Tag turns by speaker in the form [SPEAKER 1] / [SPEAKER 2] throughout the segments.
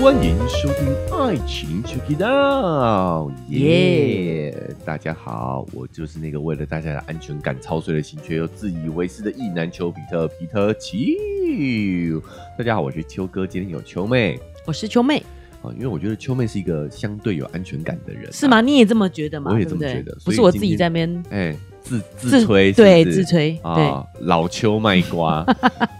[SPEAKER 1] 欢迎收听《爱情 Check It Out》，耶！大家好，我就是那个为了大家的安全感操碎了心却又自以为是的意男丘比特皮特丘。大家好，我是秋哥，今天有秋妹
[SPEAKER 2] 我是秋妹，
[SPEAKER 1] 啊，因为我觉得秋妹是一个相对有安全感的人、啊
[SPEAKER 2] 是吗？？你也这么觉得吗？
[SPEAKER 1] 我也
[SPEAKER 2] 对不
[SPEAKER 1] 这么
[SPEAKER 2] 对
[SPEAKER 1] 觉得
[SPEAKER 2] 不
[SPEAKER 1] 所以
[SPEAKER 2] 是我
[SPEAKER 1] 今
[SPEAKER 2] 自己
[SPEAKER 1] 天
[SPEAKER 2] 在那边
[SPEAKER 1] 哎、自自吹是不
[SPEAKER 2] 对
[SPEAKER 1] 是
[SPEAKER 2] 自吹，
[SPEAKER 1] 啊，老秋卖 瓜。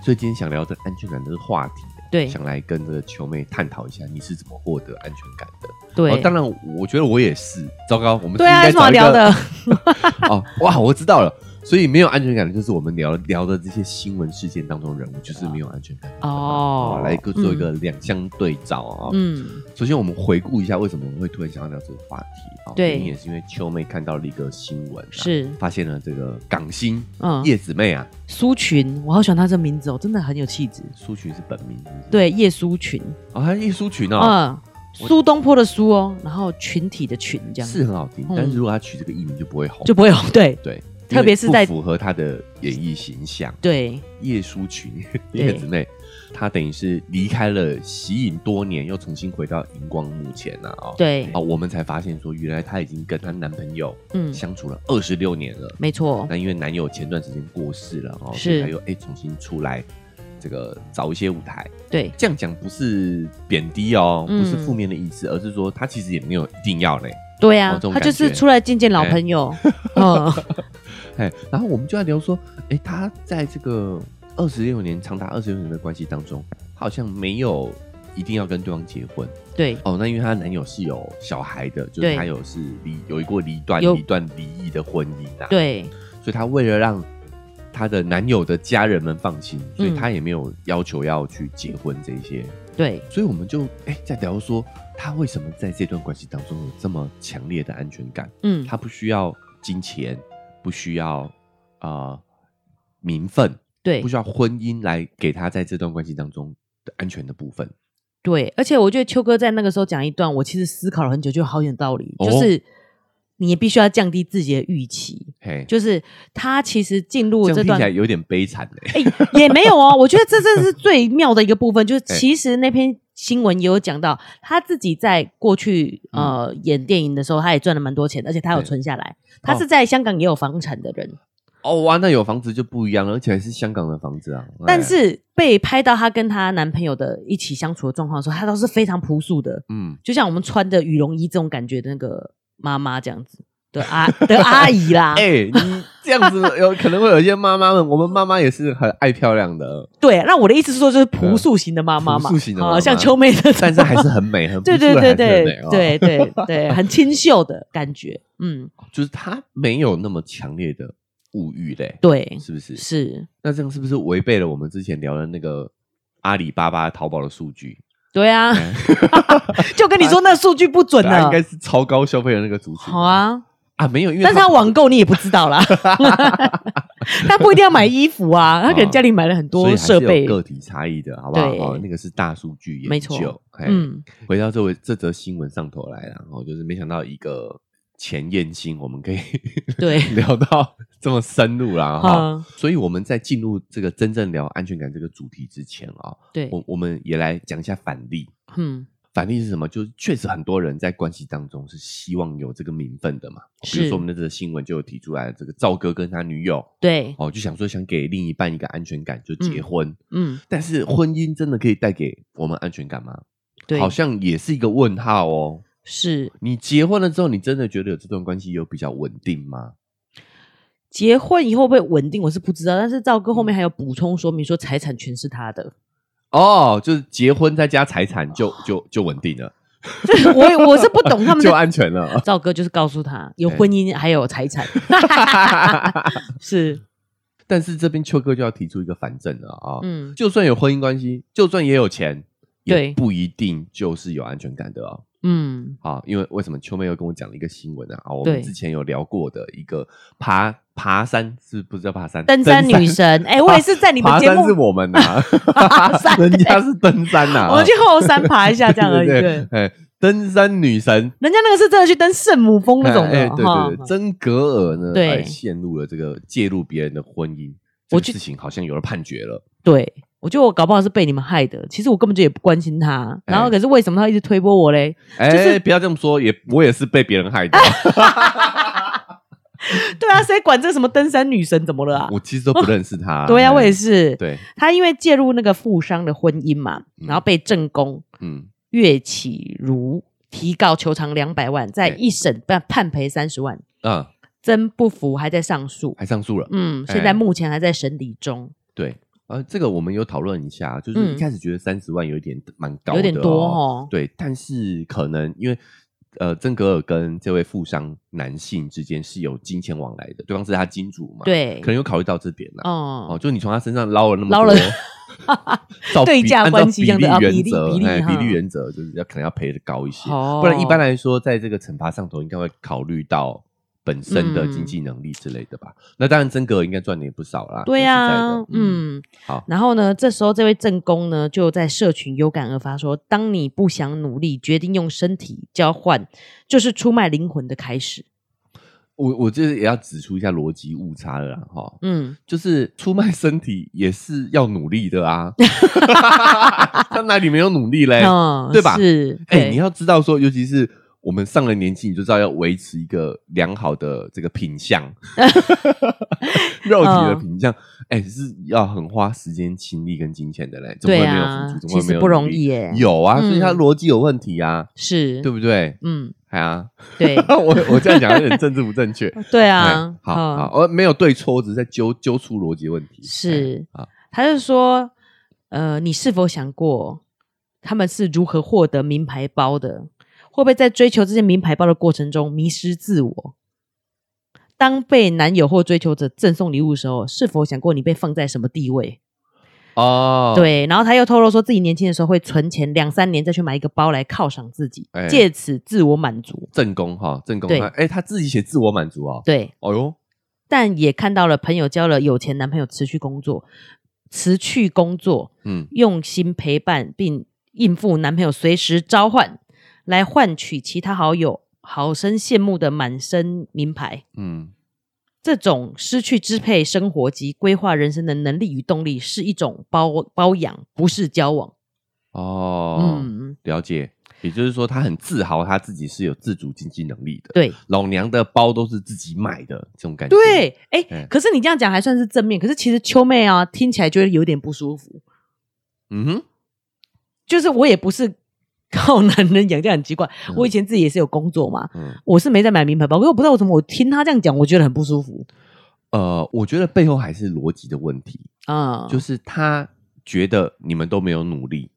[SPEAKER 1] 所以今天想聊的安全感的话题，
[SPEAKER 2] 对
[SPEAKER 1] 想来跟这个秋妹探讨一下，你是怎么获得安全感的？
[SPEAKER 2] 对
[SPEAKER 1] 哦，
[SPEAKER 2] 对
[SPEAKER 1] 当然，我觉得我也是。糟糕，我们
[SPEAKER 2] 对啊，
[SPEAKER 1] 是
[SPEAKER 2] 有
[SPEAKER 1] 应该
[SPEAKER 2] 什么
[SPEAKER 1] 找
[SPEAKER 2] 好
[SPEAKER 1] 一
[SPEAKER 2] 聊
[SPEAKER 1] 个
[SPEAKER 2] 的？
[SPEAKER 1] 哦，哇，我知道了。所以没有安全感的，就是我们聊聊的这些新闻事件当中人物，就是没有安全感的人啊
[SPEAKER 2] 哦
[SPEAKER 1] 好来做一个两相对照啊、
[SPEAKER 2] 嗯，
[SPEAKER 1] 首先，我们回顾一下为什么我们会突然想要聊这个话题啊？
[SPEAKER 2] 对
[SPEAKER 1] 原因也是因为秋妹看到了一个新闻、啊，
[SPEAKER 2] 是
[SPEAKER 1] 发现了这个港星
[SPEAKER 2] 嗯，
[SPEAKER 1] 叶子妹啊，
[SPEAKER 2] 苏群，我好喜欢她这名字哦，真的很有气质。
[SPEAKER 1] 苏群是本名是不是，
[SPEAKER 2] 对，叶苏群，
[SPEAKER 1] 啊，她叶苏群哦，
[SPEAKER 2] 嗯，苏东坡的苏哦，然后群体的群这样，
[SPEAKER 1] 是很好听，
[SPEAKER 2] 嗯
[SPEAKER 1] 但是如果她取这个艺名就不会红，
[SPEAKER 2] 就不会有 对
[SPEAKER 1] 对，
[SPEAKER 2] 特别是
[SPEAKER 1] 因为
[SPEAKER 2] 在
[SPEAKER 1] 不符合她的演艺形象。
[SPEAKER 2] 对
[SPEAKER 1] 叶舒 群
[SPEAKER 2] 对
[SPEAKER 1] 叶子妹，她等于是离开了息影多年，又重新回到荧光幕前了啊、哦。
[SPEAKER 2] 对
[SPEAKER 1] 啊，，我们才发现说，原来她已经跟她男朋友
[SPEAKER 2] 嗯，
[SPEAKER 1] 相处了二十六年了。
[SPEAKER 2] 没错，
[SPEAKER 1] 那因为男友前段时间过世了哦，
[SPEAKER 2] 是
[SPEAKER 1] 所以她又哎重新出来。这个找一些舞台，
[SPEAKER 2] 对
[SPEAKER 1] 这样讲不是贬低哦，
[SPEAKER 2] 嗯
[SPEAKER 1] 不是负面的意思，而是说她其实也没有一定要嘞。
[SPEAKER 2] 对
[SPEAKER 1] 哦
[SPEAKER 2] 啊
[SPEAKER 1] 这种，
[SPEAKER 2] 他就
[SPEAKER 1] 感
[SPEAKER 2] 是
[SPEAKER 1] 觉
[SPEAKER 2] 出来见见老 朋友，嗯，
[SPEAKER 1] 哎，然后我们就在聊说，哎，她在这个二十六年长达二十六年的关系当中，她好像没有一定要跟对方结婚
[SPEAKER 2] 对
[SPEAKER 1] 哦。那因为她男友是有小孩的，就是
[SPEAKER 2] 对
[SPEAKER 1] 她有是离有一过离断
[SPEAKER 2] 有
[SPEAKER 1] 离断离异的婚姻啊，，
[SPEAKER 2] 对
[SPEAKER 1] 所以她为了让她的男友的家人们放心，所以
[SPEAKER 2] 嗯
[SPEAKER 1] 她也没有要求要去结婚这一些，
[SPEAKER 2] 对，
[SPEAKER 1] 所以我们就哎在聊说，她为什么在这段关系当中有这么强烈的安全感？
[SPEAKER 2] 嗯，
[SPEAKER 1] 他不需要金钱，不需要啊、呃名分，
[SPEAKER 2] 对
[SPEAKER 1] 不需要婚姻来给他在这段关系当中的安全的部分。
[SPEAKER 2] 对，而且我觉得秋哥在那个时候讲一段，我其实思考了很久，就好有道理，
[SPEAKER 1] 哦
[SPEAKER 2] 就是你也必须要降低自己的预期，
[SPEAKER 1] 嘿，
[SPEAKER 2] 就是他其实进入
[SPEAKER 1] 这样
[SPEAKER 2] 这
[SPEAKER 1] 听
[SPEAKER 2] 段
[SPEAKER 1] 起来。有点悲惨哎、
[SPEAKER 2] 哎、也没有哦，我觉得这这是最妙的一个部分，就是
[SPEAKER 1] 哎
[SPEAKER 2] 其实那篇新闻也有讲到，他自己在过去呃、演电影的时候，他也赚了蛮多钱，而且他有
[SPEAKER 1] 嗯对
[SPEAKER 2] 存下来， 他是在香港也有房产的人，
[SPEAKER 1] 哦哇，那有房子就不一样了，而且还是香港的房子啊。哎
[SPEAKER 2] 但，是被拍到她跟她男朋友的一起相处的状况的时候，她都是非常朴素的，
[SPEAKER 1] 嗯，
[SPEAKER 2] 就像我们穿的羽绒衣这种感觉的那个妈妈这样子的阿的阿姨啦，
[SPEAKER 1] 哎、你这样子有可能会有一些妈妈们，我们妈妈也是很爱漂亮的，
[SPEAKER 2] 对，那我的意思是说，就是朴素型的妈妈嘛，
[SPEAKER 1] 朴素型的妈妈
[SPEAKER 2] 啊像秋妹的，
[SPEAKER 1] 但是还是很美，很
[SPEAKER 2] 对对
[SPEAKER 1] 不错
[SPEAKER 2] 对
[SPEAKER 1] 还是很美
[SPEAKER 2] 对
[SPEAKER 1] 哦
[SPEAKER 2] 对对对，很清秀的感觉，嗯，
[SPEAKER 1] 就是他没有那么强烈的物欲嘞，
[SPEAKER 2] 对，
[SPEAKER 1] 是不是？
[SPEAKER 2] 是，
[SPEAKER 1] 那这样是不是违背了我们之前聊的那个阿里巴巴、淘宝的数据？
[SPEAKER 2] 对啊，
[SPEAKER 1] 哎
[SPEAKER 2] 就跟你说那数据不准
[SPEAKER 1] 啊
[SPEAKER 2] 呢
[SPEAKER 1] 应，该是超高消费的那个族群。
[SPEAKER 2] 好啊，
[SPEAKER 1] 啊，没有，因为
[SPEAKER 2] 但是他网购你也不知 道啦，他不一定要买衣服啊，他可能家里买了很
[SPEAKER 1] 哦所以
[SPEAKER 2] 多
[SPEAKER 1] 还是有
[SPEAKER 2] 设备，
[SPEAKER 1] 个体差异的，好不好？
[SPEAKER 2] 对
[SPEAKER 1] 哦那个是大数据研究。
[SPEAKER 2] 没错
[SPEAKER 1] 嘿
[SPEAKER 2] 嗯，
[SPEAKER 1] 回到这位这则新闻上头来啦，然后就是没想到一个前燕星，我们可以
[SPEAKER 2] 对
[SPEAKER 1] 聊到这么深入啦哈。
[SPEAKER 2] 嗯，
[SPEAKER 1] 所以我们在进入这个真正聊安全感这个主题之前啊、
[SPEAKER 2] 对，
[SPEAKER 1] 我我们也来讲一下反例。
[SPEAKER 2] 嗯，
[SPEAKER 1] 反例是什么？就是确实很多人在关系当中是希望有这个名分的嘛。哦比如
[SPEAKER 2] 是
[SPEAKER 1] 说我们的这个新闻就有提出来，这个赵哥跟他女友
[SPEAKER 2] 对，
[SPEAKER 1] 哦，就想说想给另一半一个安全感，就结婚。
[SPEAKER 2] 嗯，
[SPEAKER 1] 但是婚姻真的可以带给我们安全感吗？
[SPEAKER 2] 对，
[SPEAKER 1] 好像也是一个问号哦。
[SPEAKER 2] 是
[SPEAKER 1] 你结婚了之后，你真的觉得有这段关系有比较稳定吗？
[SPEAKER 2] 结婚以后会不会稳定，我是不知道。但是赵哥后
[SPEAKER 1] 嗯
[SPEAKER 2] 面还有补充说明说，财产权是他的。
[SPEAKER 1] 哦，就是结婚再加财产就就就稳定了，
[SPEAKER 2] 这我也我是不懂他们
[SPEAKER 1] 就啊
[SPEAKER 2] 的。
[SPEAKER 1] 安全了。
[SPEAKER 2] 赵哥就是告诉他，有婚姻还有财产，是
[SPEAKER 1] 但是这边秋哥就要提出一个反证了啊、
[SPEAKER 2] 嗯，
[SPEAKER 1] 就算有婚姻关系，就算也有钱，也
[SPEAKER 2] 对
[SPEAKER 1] 不一定就是有安全感的哦。
[SPEAKER 2] 嗯，
[SPEAKER 1] 啊，因为为什么秋妹又跟我讲了一个新闻啊？啊，我们
[SPEAKER 2] 对
[SPEAKER 1] 之前有聊过的一个爬爬山，是不是叫爬山？
[SPEAKER 2] 登山 女神，哎，我也是在你们
[SPEAKER 1] 爬
[SPEAKER 2] 节
[SPEAKER 1] 山
[SPEAKER 2] 目
[SPEAKER 1] 是，我们呐、
[SPEAKER 2] 爬山
[SPEAKER 1] 人家是登山呐、
[SPEAKER 2] 我们去后山爬一下这样而已。
[SPEAKER 1] 啊 对
[SPEAKER 2] 对，
[SPEAKER 1] 对对，哎，登山女 神。
[SPEAKER 2] 人家那个是真的去登圣母峰那种
[SPEAKER 1] 哎
[SPEAKER 2] 的
[SPEAKER 1] 哎对
[SPEAKER 2] 哈
[SPEAKER 1] 对。对，曾格尔呢，
[SPEAKER 2] 对
[SPEAKER 1] 哎陷入了这个介入别人的婚姻，这
[SPEAKER 2] 我
[SPEAKER 1] 个
[SPEAKER 2] 就
[SPEAKER 1] 事情好像有了判决了。
[SPEAKER 2] 对，我觉得我搞不好是被你们害的，其实我根本就也不关心他。
[SPEAKER 1] 哎
[SPEAKER 2] 然后可是为什么他一直推波我嘞？
[SPEAKER 1] 哎、
[SPEAKER 2] 就是
[SPEAKER 1] 不要这么说，也我也是被别人害 的，
[SPEAKER 2] 对啊，谁管这什么登山女神怎么了啊？
[SPEAKER 1] 我哎其实都不认识他。
[SPEAKER 2] 对啊，我也
[SPEAKER 1] 是。
[SPEAKER 2] 是。
[SPEAKER 1] 对，
[SPEAKER 2] 他因为介入那个富商的婚姻嘛，
[SPEAKER 1] 嗯
[SPEAKER 2] 然后被正宫
[SPEAKER 1] 嗯，
[SPEAKER 2] 岳启如提告求偿两百万，在
[SPEAKER 1] 对
[SPEAKER 2] 一审判判赔三十万，
[SPEAKER 1] 啊，
[SPEAKER 2] 曾不服还在上诉。
[SPEAKER 1] 还上诉了。
[SPEAKER 2] 嗯，
[SPEAKER 1] 哎
[SPEAKER 2] 现在目前还在审理中，
[SPEAKER 1] 对，呃，这个我们有讨论一下，就是
[SPEAKER 2] 嗯
[SPEAKER 1] 一开始觉得三十万有一点蛮高的、
[SPEAKER 2] 有点多。哦。
[SPEAKER 1] 对，但是可能因为呃，曾格尔跟这位富商男性之间是有金钱往来的，对方是他金主嘛，，
[SPEAKER 2] 对
[SPEAKER 1] 可，能有考虑到这点啦。
[SPEAKER 2] 哦
[SPEAKER 1] 哦，就你从他身上捞了那么
[SPEAKER 2] 捞
[SPEAKER 1] 多
[SPEAKER 2] 了
[SPEAKER 1] 照
[SPEAKER 2] 对
[SPEAKER 1] 比
[SPEAKER 2] 价
[SPEAKER 1] 按照
[SPEAKER 2] 关系这样的啊
[SPEAKER 1] 比例原
[SPEAKER 2] 比例
[SPEAKER 1] 则，
[SPEAKER 2] 比例
[SPEAKER 1] 哎比
[SPEAKER 2] 哈
[SPEAKER 1] 例原则就是要可能要赔的高一些，
[SPEAKER 2] 哦
[SPEAKER 1] 不然一般来说，在这个惩罚上头应该会考虑到本身的
[SPEAKER 2] 嗯
[SPEAKER 1] 经济能力之类的吧。那当然，曾格尔应该赚的也不少啦，
[SPEAKER 2] 对
[SPEAKER 1] 说实在
[SPEAKER 2] 啊
[SPEAKER 1] 的，嗯，
[SPEAKER 2] 嗯，
[SPEAKER 1] 好
[SPEAKER 2] 然后呢，这时候这位正宫呢就在社群有感而发说：“当你不想努力，决定用身体交换，就是出卖灵魂的开始。
[SPEAKER 1] 我我这也要指出一下逻辑误差了啦，哈”，
[SPEAKER 2] 嗯，
[SPEAKER 1] 就是出卖身体也是要努力的 啊，他哪里没有努力嘞？
[SPEAKER 2] 哦
[SPEAKER 1] 哎对吧
[SPEAKER 2] 是，
[SPEAKER 1] 哎、
[SPEAKER 2] 对
[SPEAKER 1] 你要知道说，尤其是我们上了年纪，你就知道要维持一个良好的这个品 相，肉体
[SPEAKER 2] 嗯
[SPEAKER 1] 的品相，哎、是要很花时间、精力跟金钱的嘞，怎么会
[SPEAKER 2] 对
[SPEAKER 1] 没有
[SPEAKER 2] 啊
[SPEAKER 1] 付出？，怎么
[SPEAKER 2] 其
[SPEAKER 1] 会没
[SPEAKER 2] 实
[SPEAKER 1] 有
[SPEAKER 2] 不容
[SPEAKER 1] 努力
[SPEAKER 2] 易？耶，
[SPEAKER 1] 有啊，所以他
[SPEAKER 2] 嗯
[SPEAKER 1] 逻辑有问题啊，
[SPEAKER 2] 是，
[SPEAKER 1] 对不对？
[SPEAKER 2] 嗯，
[SPEAKER 1] 哎呀、
[SPEAKER 2] 对，
[SPEAKER 1] 我我这样讲有点政治不正确。
[SPEAKER 2] 对 啊
[SPEAKER 1] 哎，好
[SPEAKER 2] 嗯
[SPEAKER 1] 好，我没有对错，我只是在揪揪出逻辑问题。
[SPEAKER 2] 是
[SPEAKER 1] 哎好，
[SPEAKER 2] 他就说，呃，你是否想过他们是如何获得名牌包的？会不会在追求这些名牌包的过程中迷失自我？当被男友或追求者赠送礼物的时候，是否想过你被放在什么地位？
[SPEAKER 1] 哦，，
[SPEAKER 2] 对，然后他又透露说自己年轻的时候会存钱两三年再去买一个包来犒赏自己，
[SPEAKER 1] 哎
[SPEAKER 2] 借此自我满足。
[SPEAKER 1] 正宫哈，正宫
[SPEAKER 2] 对
[SPEAKER 1] 他哎、他自己写自我满足哦，
[SPEAKER 2] 对，
[SPEAKER 1] 哦哟，
[SPEAKER 2] 但也看到了朋友交了有钱男朋友，持续工作，持续工作，
[SPEAKER 1] 嗯，
[SPEAKER 2] 用心陪伴并应付男朋友随时召唤，来换取其他好友好生羡慕的满身名牌。
[SPEAKER 1] 嗯，
[SPEAKER 2] 这种失去支配生活及规划人生的能力与动力，是一种包包养，不是交往。
[SPEAKER 1] 哦，
[SPEAKER 2] 嗯，
[SPEAKER 1] 了解。也就是说，他很自豪他自己是有自主经济能力的，
[SPEAKER 2] 对
[SPEAKER 1] 老娘的包都是自己买的这种感觉。，
[SPEAKER 2] 对，哎、
[SPEAKER 1] 哎
[SPEAKER 2] 可是你这样讲还算是正面，可是其实秋妹啊，听起来觉得有点不舒服。
[SPEAKER 1] 嗯哼，
[SPEAKER 2] 就是我也不是靠男人养，这样很奇怪。
[SPEAKER 1] 嗯
[SPEAKER 2] 我以前自己也是有工作嘛，
[SPEAKER 1] 嗯，
[SPEAKER 2] 我是没在买名牌包，可是我不知道为什么我听他这样讲，我觉得很不舒服。
[SPEAKER 1] 呃，我觉得背后还是逻辑的问题，
[SPEAKER 2] 啊、
[SPEAKER 1] 就是他觉得你们都没有努力，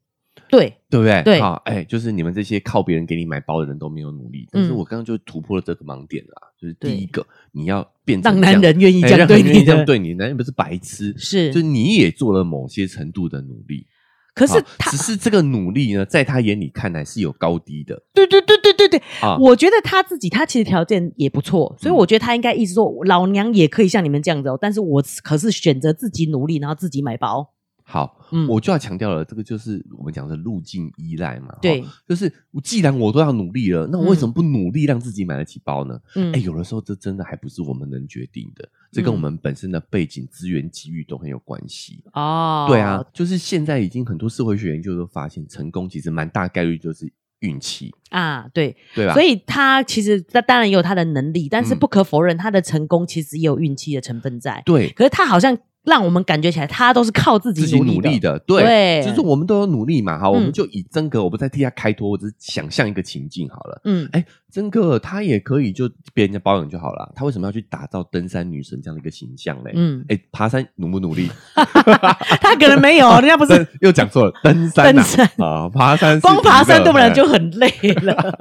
[SPEAKER 2] 对，
[SPEAKER 1] 对不对？
[SPEAKER 2] 对
[SPEAKER 1] 好，哎，就是你们这些靠别人给你买包的人都没有努力，但是
[SPEAKER 2] 嗯
[SPEAKER 1] 我刚刚就突破了这个盲点了啊，就是第
[SPEAKER 2] 对
[SPEAKER 1] 一个，你要变成
[SPEAKER 2] 让
[SPEAKER 1] 这
[SPEAKER 2] 男
[SPEAKER 1] 样
[SPEAKER 2] 人愿意
[SPEAKER 1] 哎
[SPEAKER 2] 这样
[SPEAKER 1] 让
[SPEAKER 2] 对
[SPEAKER 1] 男人
[SPEAKER 2] 你
[SPEAKER 1] 这
[SPEAKER 2] 的，
[SPEAKER 1] 样对你，男人不是白痴，
[SPEAKER 2] 是
[SPEAKER 1] 就你也做了某些程度的努力，
[SPEAKER 2] 可是
[SPEAKER 1] 好啊
[SPEAKER 2] 他
[SPEAKER 1] 只，是这个努力呢，在他眼里看来是有高低的
[SPEAKER 2] 对对对对对对，
[SPEAKER 1] 啊。
[SPEAKER 2] 我觉得他自己他其实条件也不错，所以我觉得他应该意思说，老娘也可以像你们这样子哦，但是我可是选择自己努力，然后自己买包。
[SPEAKER 1] 好，
[SPEAKER 2] 嗯
[SPEAKER 1] 我就要强调了，这个就是我们讲的路径依赖嘛。
[SPEAKER 2] 对
[SPEAKER 1] 哈，就是既然我都要努力了，那我为什么不努力让自己买得起包呢？
[SPEAKER 2] 嗯
[SPEAKER 1] 哎、，有的时候这真的还不是我们能决定的，这跟我
[SPEAKER 2] 嗯
[SPEAKER 1] 们本身的背景、资源、机遇都很有关系。
[SPEAKER 2] 哦，
[SPEAKER 1] 对啊，，就是现在已经很多社会学研究都发现，成功其实蛮大概率就是运气，
[SPEAKER 2] 啊，对，
[SPEAKER 1] 对吧？
[SPEAKER 2] 所以他其实他当然也有他的能力，但是
[SPEAKER 1] 嗯
[SPEAKER 2] 不可否认，他的成功其实也有运气的成分在。
[SPEAKER 1] 对，
[SPEAKER 2] 可是他好像让我们感觉起来，他都是靠自己
[SPEAKER 1] 自己
[SPEAKER 2] 努力
[SPEAKER 1] 努
[SPEAKER 2] 的。
[SPEAKER 1] 力的，对，
[SPEAKER 2] 对
[SPEAKER 1] 就是我们都有努力嘛，好，我们
[SPEAKER 2] 嗯
[SPEAKER 1] 就以曾格，我不再替他开脱，我只是想象一个情境好了。
[SPEAKER 2] 嗯，
[SPEAKER 1] 哎，曾格他也可以就别人家包养就好了，他为什么要去打造登山女神这样的一个形象嘞？
[SPEAKER 2] 嗯，啊
[SPEAKER 1] 哎，爬山努不努力？
[SPEAKER 2] 他可能 没有，人家 不
[SPEAKER 1] 登
[SPEAKER 2] 是
[SPEAKER 1] 又讲错了，登山呐
[SPEAKER 2] 登山
[SPEAKER 1] 啊，爬山是
[SPEAKER 2] 光爬
[SPEAKER 1] 一
[SPEAKER 2] 山
[SPEAKER 1] 个
[SPEAKER 2] 对不
[SPEAKER 1] 哎
[SPEAKER 2] 了就很累了。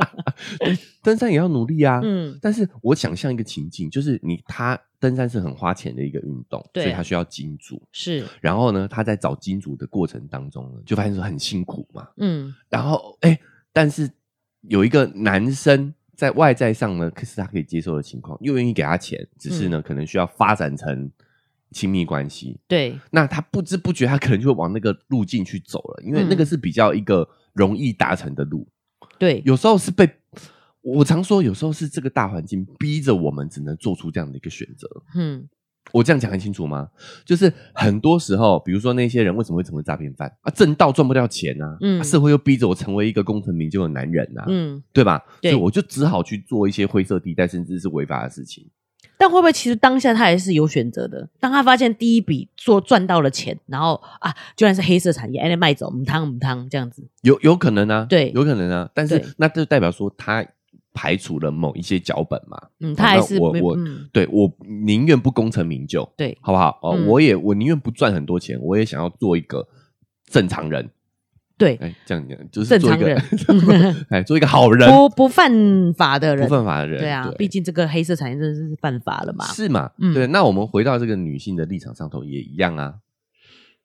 [SPEAKER 1] 登山也要努力啊。
[SPEAKER 2] 嗯，
[SPEAKER 1] 但是我想象一个情境，就是你他登山是很花钱的一个运动，
[SPEAKER 2] 对
[SPEAKER 1] 所以他需要金主。
[SPEAKER 2] 是，
[SPEAKER 1] 然后呢，他在找金主的过程当中呢，就发现说很辛苦嘛。
[SPEAKER 2] 嗯，
[SPEAKER 1] 然后哎、但是有一个男生在外在上呢，可是他可以接受的情况，又愿意给他钱，只是呢，
[SPEAKER 2] 嗯
[SPEAKER 1] 可能需要发展成亲密关系。
[SPEAKER 2] 对，
[SPEAKER 1] 那他不知不觉，他可能就会往那个路径去走了，因为
[SPEAKER 2] 嗯
[SPEAKER 1] 那个是比较一个容易达成的路。
[SPEAKER 2] 对，
[SPEAKER 1] 有时候是被我常说，有时候是这个大环境逼着我们只能做出这样的一个选择。
[SPEAKER 2] 嗯，
[SPEAKER 1] 我这样讲很清楚吗？就是很多时候，比如说那些人为什么会成为诈骗犯啊？正道赚不到钱啊，
[SPEAKER 2] 嗯
[SPEAKER 1] 啊社会又逼着我成为一个功成名就的男人呐、
[SPEAKER 2] 嗯，
[SPEAKER 1] 对吧？
[SPEAKER 2] 对
[SPEAKER 1] 所以我就只好去做一些灰色地带，甚至是违法的事情。
[SPEAKER 2] 但会不会其实当下他也是有选择的？当他发现第一笔做赚到了钱，然后啊，居然是黑色产业，哎，卖走，母汤母汤这样子，
[SPEAKER 1] 有有可能啊，
[SPEAKER 2] 对
[SPEAKER 1] 有可能啊，但是
[SPEAKER 2] 对
[SPEAKER 1] 那就代表说他排除了某一些脚本嘛。好
[SPEAKER 2] 嗯，他还
[SPEAKER 1] 哦那
[SPEAKER 2] 是
[SPEAKER 1] 我
[SPEAKER 2] 没
[SPEAKER 1] 我
[SPEAKER 2] 嗯，
[SPEAKER 1] 对我宁愿不功成名就，
[SPEAKER 2] 对，
[SPEAKER 1] 好不好？哦，
[SPEAKER 2] 嗯
[SPEAKER 1] 我也我宁愿不赚很多钱，我也想要做一个正常人。
[SPEAKER 2] 对
[SPEAKER 1] 哎，这样讲就是
[SPEAKER 2] 正
[SPEAKER 1] 做一
[SPEAKER 2] 常
[SPEAKER 1] 个
[SPEAKER 2] 人
[SPEAKER 1] 哎，做一个好 人，
[SPEAKER 2] 不不犯法的
[SPEAKER 1] 不
[SPEAKER 2] 人，
[SPEAKER 1] 犯法的人。
[SPEAKER 2] 对啊，毕竟这个黑色产业真的是犯法了嘛，
[SPEAKER 1] 是嘛？
[SPEAKER 2] 嗯
[SPEAKER 1] 对，那我们回到这个女性的立场上头也一样啊。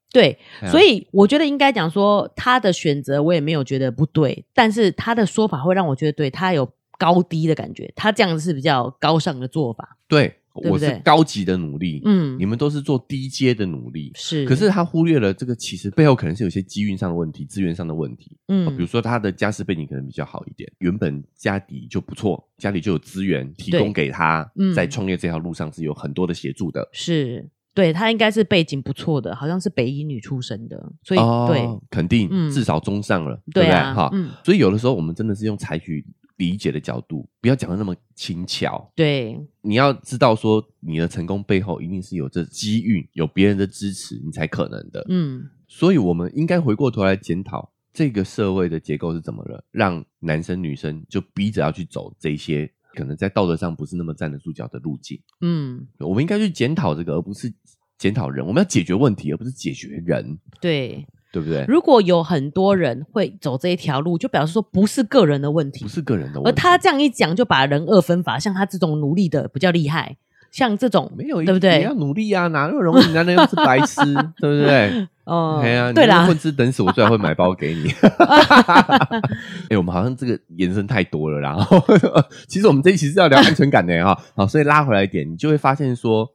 [SPEAKER 2] 对，
[SPEAKER 1] 哎呀
[SPEAKER 2] 所以我觉得应该讲说他的选择，我也没有觉得不对，但是他的说法会让我觉得对他有高低的感觉，他这样是比较高尚的做法。
[SPEAKER 1] 对，
[SPEAKER 2] 对
[SPEAKER 1] 我
[SPEAKER 2] 不对
[SPEAKER 1] 是高级的努力，
[SPEAKER 2] 嗯
[SPEAKER 1] 你，们都是做低阶的努力。
[SPEAKER 2] 是，
[SPEAKER 1] 可是他忽略了这个，其实背后可能是有些机运上的问题、资源上的问题。
[SPEAKER 2] 嗯，
[SPEAKER 1] 哦比如说他的家世背景可能比较好一点，原本家底就不错，家里就有资源提供
[SPEAKER 2] 对
[SPEAKER 1] 给他，
[SPEAKER 2] 嗯
[SPEAKER 1] 在创业这条路上是有很多的协助的。
[SPEAKER 2] 是对他应该是背景不错的，好像是北医女出身的，所以、
[SPEAKER 1] 哦，
[SPEAKER 2] 对
[SPEAKER 1] 肯定、
[SPEAKER 2] 嗯
[SPEAKER 1] 至少中上了，
[SPEAKER 2] 对
[SPEAKER 1] 不对？
[SPEAKER 2] 啊，
[SPEAKER 1] 哈、
[SPEAKER 2] 嗯，
[SPEAKER 1] 所以有的时候我们真的是用采取理解的角度，不要讲的那么轻巧。
[SPEAKER 2] 对
[SPEAKER 1] 你要知道说，你的成功背后一定是有这机遇，有别人的支持，你才可能的。
[SPEAKER 2] 嗯
[SPEAKER 1] 所以我们应该回过头来检讨这个社会的结构是怎么了，让男生女生就逼着要去走这些可能在道德上不是那么站得住脚的路径。
[SPEAKER 2] 嗯，
[SPEAKER 1] 我们应该去检讨这个，而不是检讨人。我们要解决问题，而不是解决人，
[SPEAKER 2] 对。
[SPEAKER 1] 对不对？
[SPEAKER 2] 如果有很多人会走这一条路，就表示说不是个人的问题
[SPEAKER 1] 不，是个人的问
[SPEAKER 2] 而
[SPEAKER 1] 题，
[SPEAKER 2] 他这样一讲，就把人二分法，像他这种奴隶的比较厉害，像这种
[SPEAKER 1] 没有
[SPEAKER 2] 对不
[SPEAKER 1] 你
[SPEAKER 2] 对
[SPEAKER 1] 要？努力啊，哪那么容易？男人又不是白 痴，对不对？
[SPEAKER 2] 哦
[SPEAKER 1] 哎呀，
[SPEAKER 2] 对
[SPEAKER 1] 你就是
[SPEAKER 2] 啦
[SPEAKER 1] 混，吃等死，我最好会买包给 你。哎，我们好像这个延伸太多了啦。 其实我们这一期是要聊安全感的哈，好，所以拉回来一点，你就会发现说，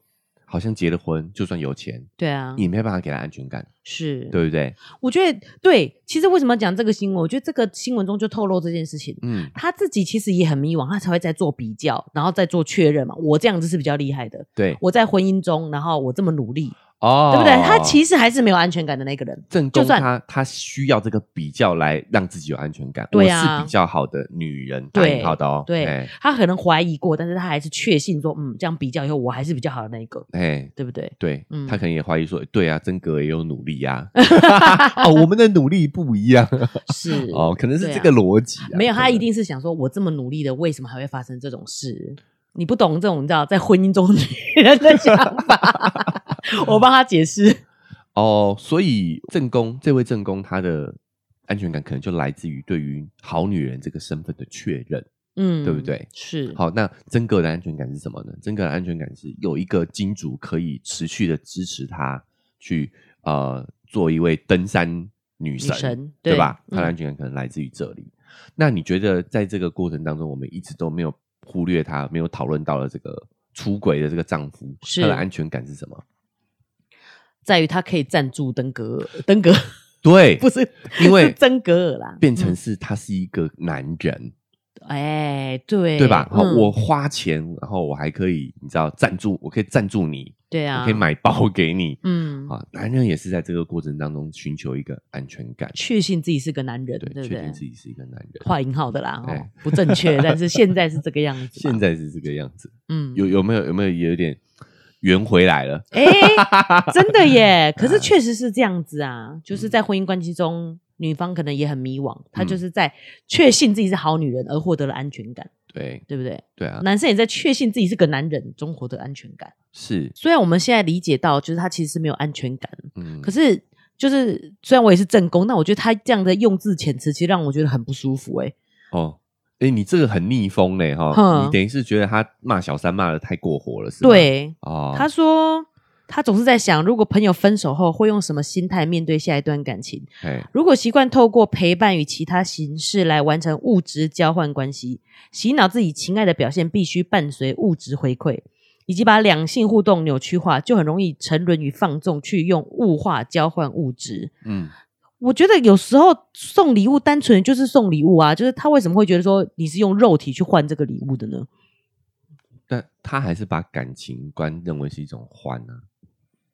[SPEAKER 1] 好像结了婚，就算有钱，
[SPEAKER 2] 对啊，
[SPEAKER 1] 也没有办法给他安全感，
[SPEAKER 2] 是，
[SPEAKER 1] 对不对？
[SPEAKER 2] 我觉得对。其实为什么要讲这个新闻？我觉得这个新闻中就透露这件事情，
[SPEAKER 1] 嗯，
[SPEAKER 2] 他自己其实也很迷惘，他才会在做比较，然后再做确认嘛。我这样子是比较厉害的，
[SPEAKER 1] 对，
[SPEAKER 2] 我在婚姻中，然后我这么努力，
[SPEAKER 1] 哦
[SPEAKER 2] 对不对？他其
[SPEAKER 1] 实
[SPEAKER 2] 实还是没有安全感的那个人。
[SPEAKER 1] 正宫
[SPEAKER 2] 就算
[SPEAKER 1] 他他需要这个比较来让自己有安全感，
[SPEAKER 2] 对啊
[SPEAKER 1] 我是比较好的女人，
[SPEAKER 2] 对
[SPEAKER 1] 打引号的哦，
[SPEAKER 2] 对、
[SPEAKER 1] 哎
[SPEAKER 2] 他可能怀疑过，但是他还是确信说，嗯，这样比较以后我还是比较好的那一个，
[SPEAKER 1] 哎，
[SPEAKER 2] 对不对？
[SPEAKER 1] 对、
[SPEAKER 2] 嗯
[SPEAKER 1] 他可能也怀疑说，对啊，真格也有努力 呀、哦，我们的努力不一样
[SPEAKER 2] 是
[SPEAKER 1] 哦，可能是
[SPEAKER 2] 对啊
[SPEAKER 1] 这个逻辑啊、
[SPEAKER 2] 没有，
[SPEAKER 1] 可
[SPEAKER 2] 他
[SPEAKER 1] 能
[SPEAKER 2] 一定是想说，我这么努力的，为什么还会发生这种事？你不懂这种，你知道，在婚姻中 女人的想法， 我帮他解释。
[SPEAKER 1] 哦，所以正宫这位正宫他的安全感可能就来自于对于好女人这个身份的确认。
[SPEAKER 2] 嗯，
[SPEAKER 1] 对不对？
[SPEAKER 2] 是，
[SPEAKER 1] 好，那真格的安全感是什么呢？真格的安全感是有一个金主可以持续的支持他去呃做一位登山女神，
[SPEAKER 2] 女神
[SPEAKER 1] 对
[SPEAKER 2] 对
[SPEAKER 1] 吧？
[SPEAKER 2] 嗯
[SPEAKER 1] 她的安全感可能来自于这里。那你觉得在这个过程当中，我们一直都没有忽略他，没有讨论到了这个出轨的这个丈夫，
[SPEAKER 2] 是
[SPEAKER 1] 他的安全感是什么？
[SPEAKER 2] 在于他可以站住登革尔登革尔
[SPEAKER 1] 对，
[SPEAKER 2] 不是，
[SPEAKER 1] 因为
[SPEAKER 2] 是登革尔啦，
[SPEAKER 1] 变成
[SPEAKER 2] 嗯
[SPEAKER 1] 是他是一个男人，
[SPEAKER 2] 哎，对，
[SPEAKER 1] 对吧？好，
[SPEAKER 2] 嗯
[SPEAKER 1] 我花钱，然后我还可以，你知道，赞助，我可以赞助你，
[SPEAKER 2] 对啊，
[SPEAKER 1] 我可以，买包给你，
[SPEAKER 2] 嗯，
[SPEAKER 1] 啊，男人也是在这个过程当中寻求一个安全感，
[SPEAKER 2] 确信自己是个男人，
[SPEAKER 1] 对，
[SPEAKER 2] 对不
[SPEAKER 1] 确定
[SPEAKER 2] 对
[SPEAKER 1] 自？己是一个男人。
[SPEAKER 2] 画引号的啦，哦
[SPEAKER 1] 哎，
[SPEAKER 2] 不正确，但是现在是这个样子嘛。
[SPEAKER 1] 现在是这个样子，
[SPEAKER 2] 嗯，
[SPEAKER 1] 有有没有有没有有点圆回来了？
[SPEAKER 2] 哎、真的
[SPEAKER 1] 嗯
[SPEAKER 2] 耶！可是确实是这样子啊，就是在婚姻关系中，女方可能也很迷惘，她
[SPEAKER 1] 嗯
[SPEAKER 2] 就是在确信自己是好女人而获得了安全感，
[SPEAKER 1] 对
[SPEAKER 2] 对不对？
[SPEAKER 1] 对啊，
[SPEAKER 2] 男生也在确信自己是个男人中获得安全感。
[SPEAKER 1] 是
[SPEAKER 2] 虽然我们现在理解到，就是他其实是没有安全感，
[SPEAKER 1] 嗯
[SPEAKER 2] 可，是就是虽然我也是正宫，但我觉得他这样的用字遣词，其实让我觉得很不舒服、哎，
[SPEAKER 1] 哦，哎，你这个很逆风嘞哈，
[SPEAKER 2] 哼
[SPEAKER 1] 你等于是觉得他骂小三骂的太过火了，是吧？，
[SPEAKER 2] 对，
[SPEAKER 1] 哦，
[SPEAKER 2] 他说。他总是在想，如果朋友分手后会用什么心态面对下一段感情？
[SPEAKER 1] 哎，
[SPEAKER 2] 如果习惯透过陪伴与其他形式来完成物质交换关系，洗脑自己情爱的表现必须伴随物质回馈，以及把两性互动扭曲化，就很容易沉沦于放纵，去用物化交换物质。
[SPEAKER 1] 嗯，
[SPEAKER 2] 我觉得有时候送礼物单纯就是送礼物啊，就是他为什么会觉得说你是用肉体去换这个礼物的呢？
[SPEAKER 1] 但他还是把感情观认为是一种换啊，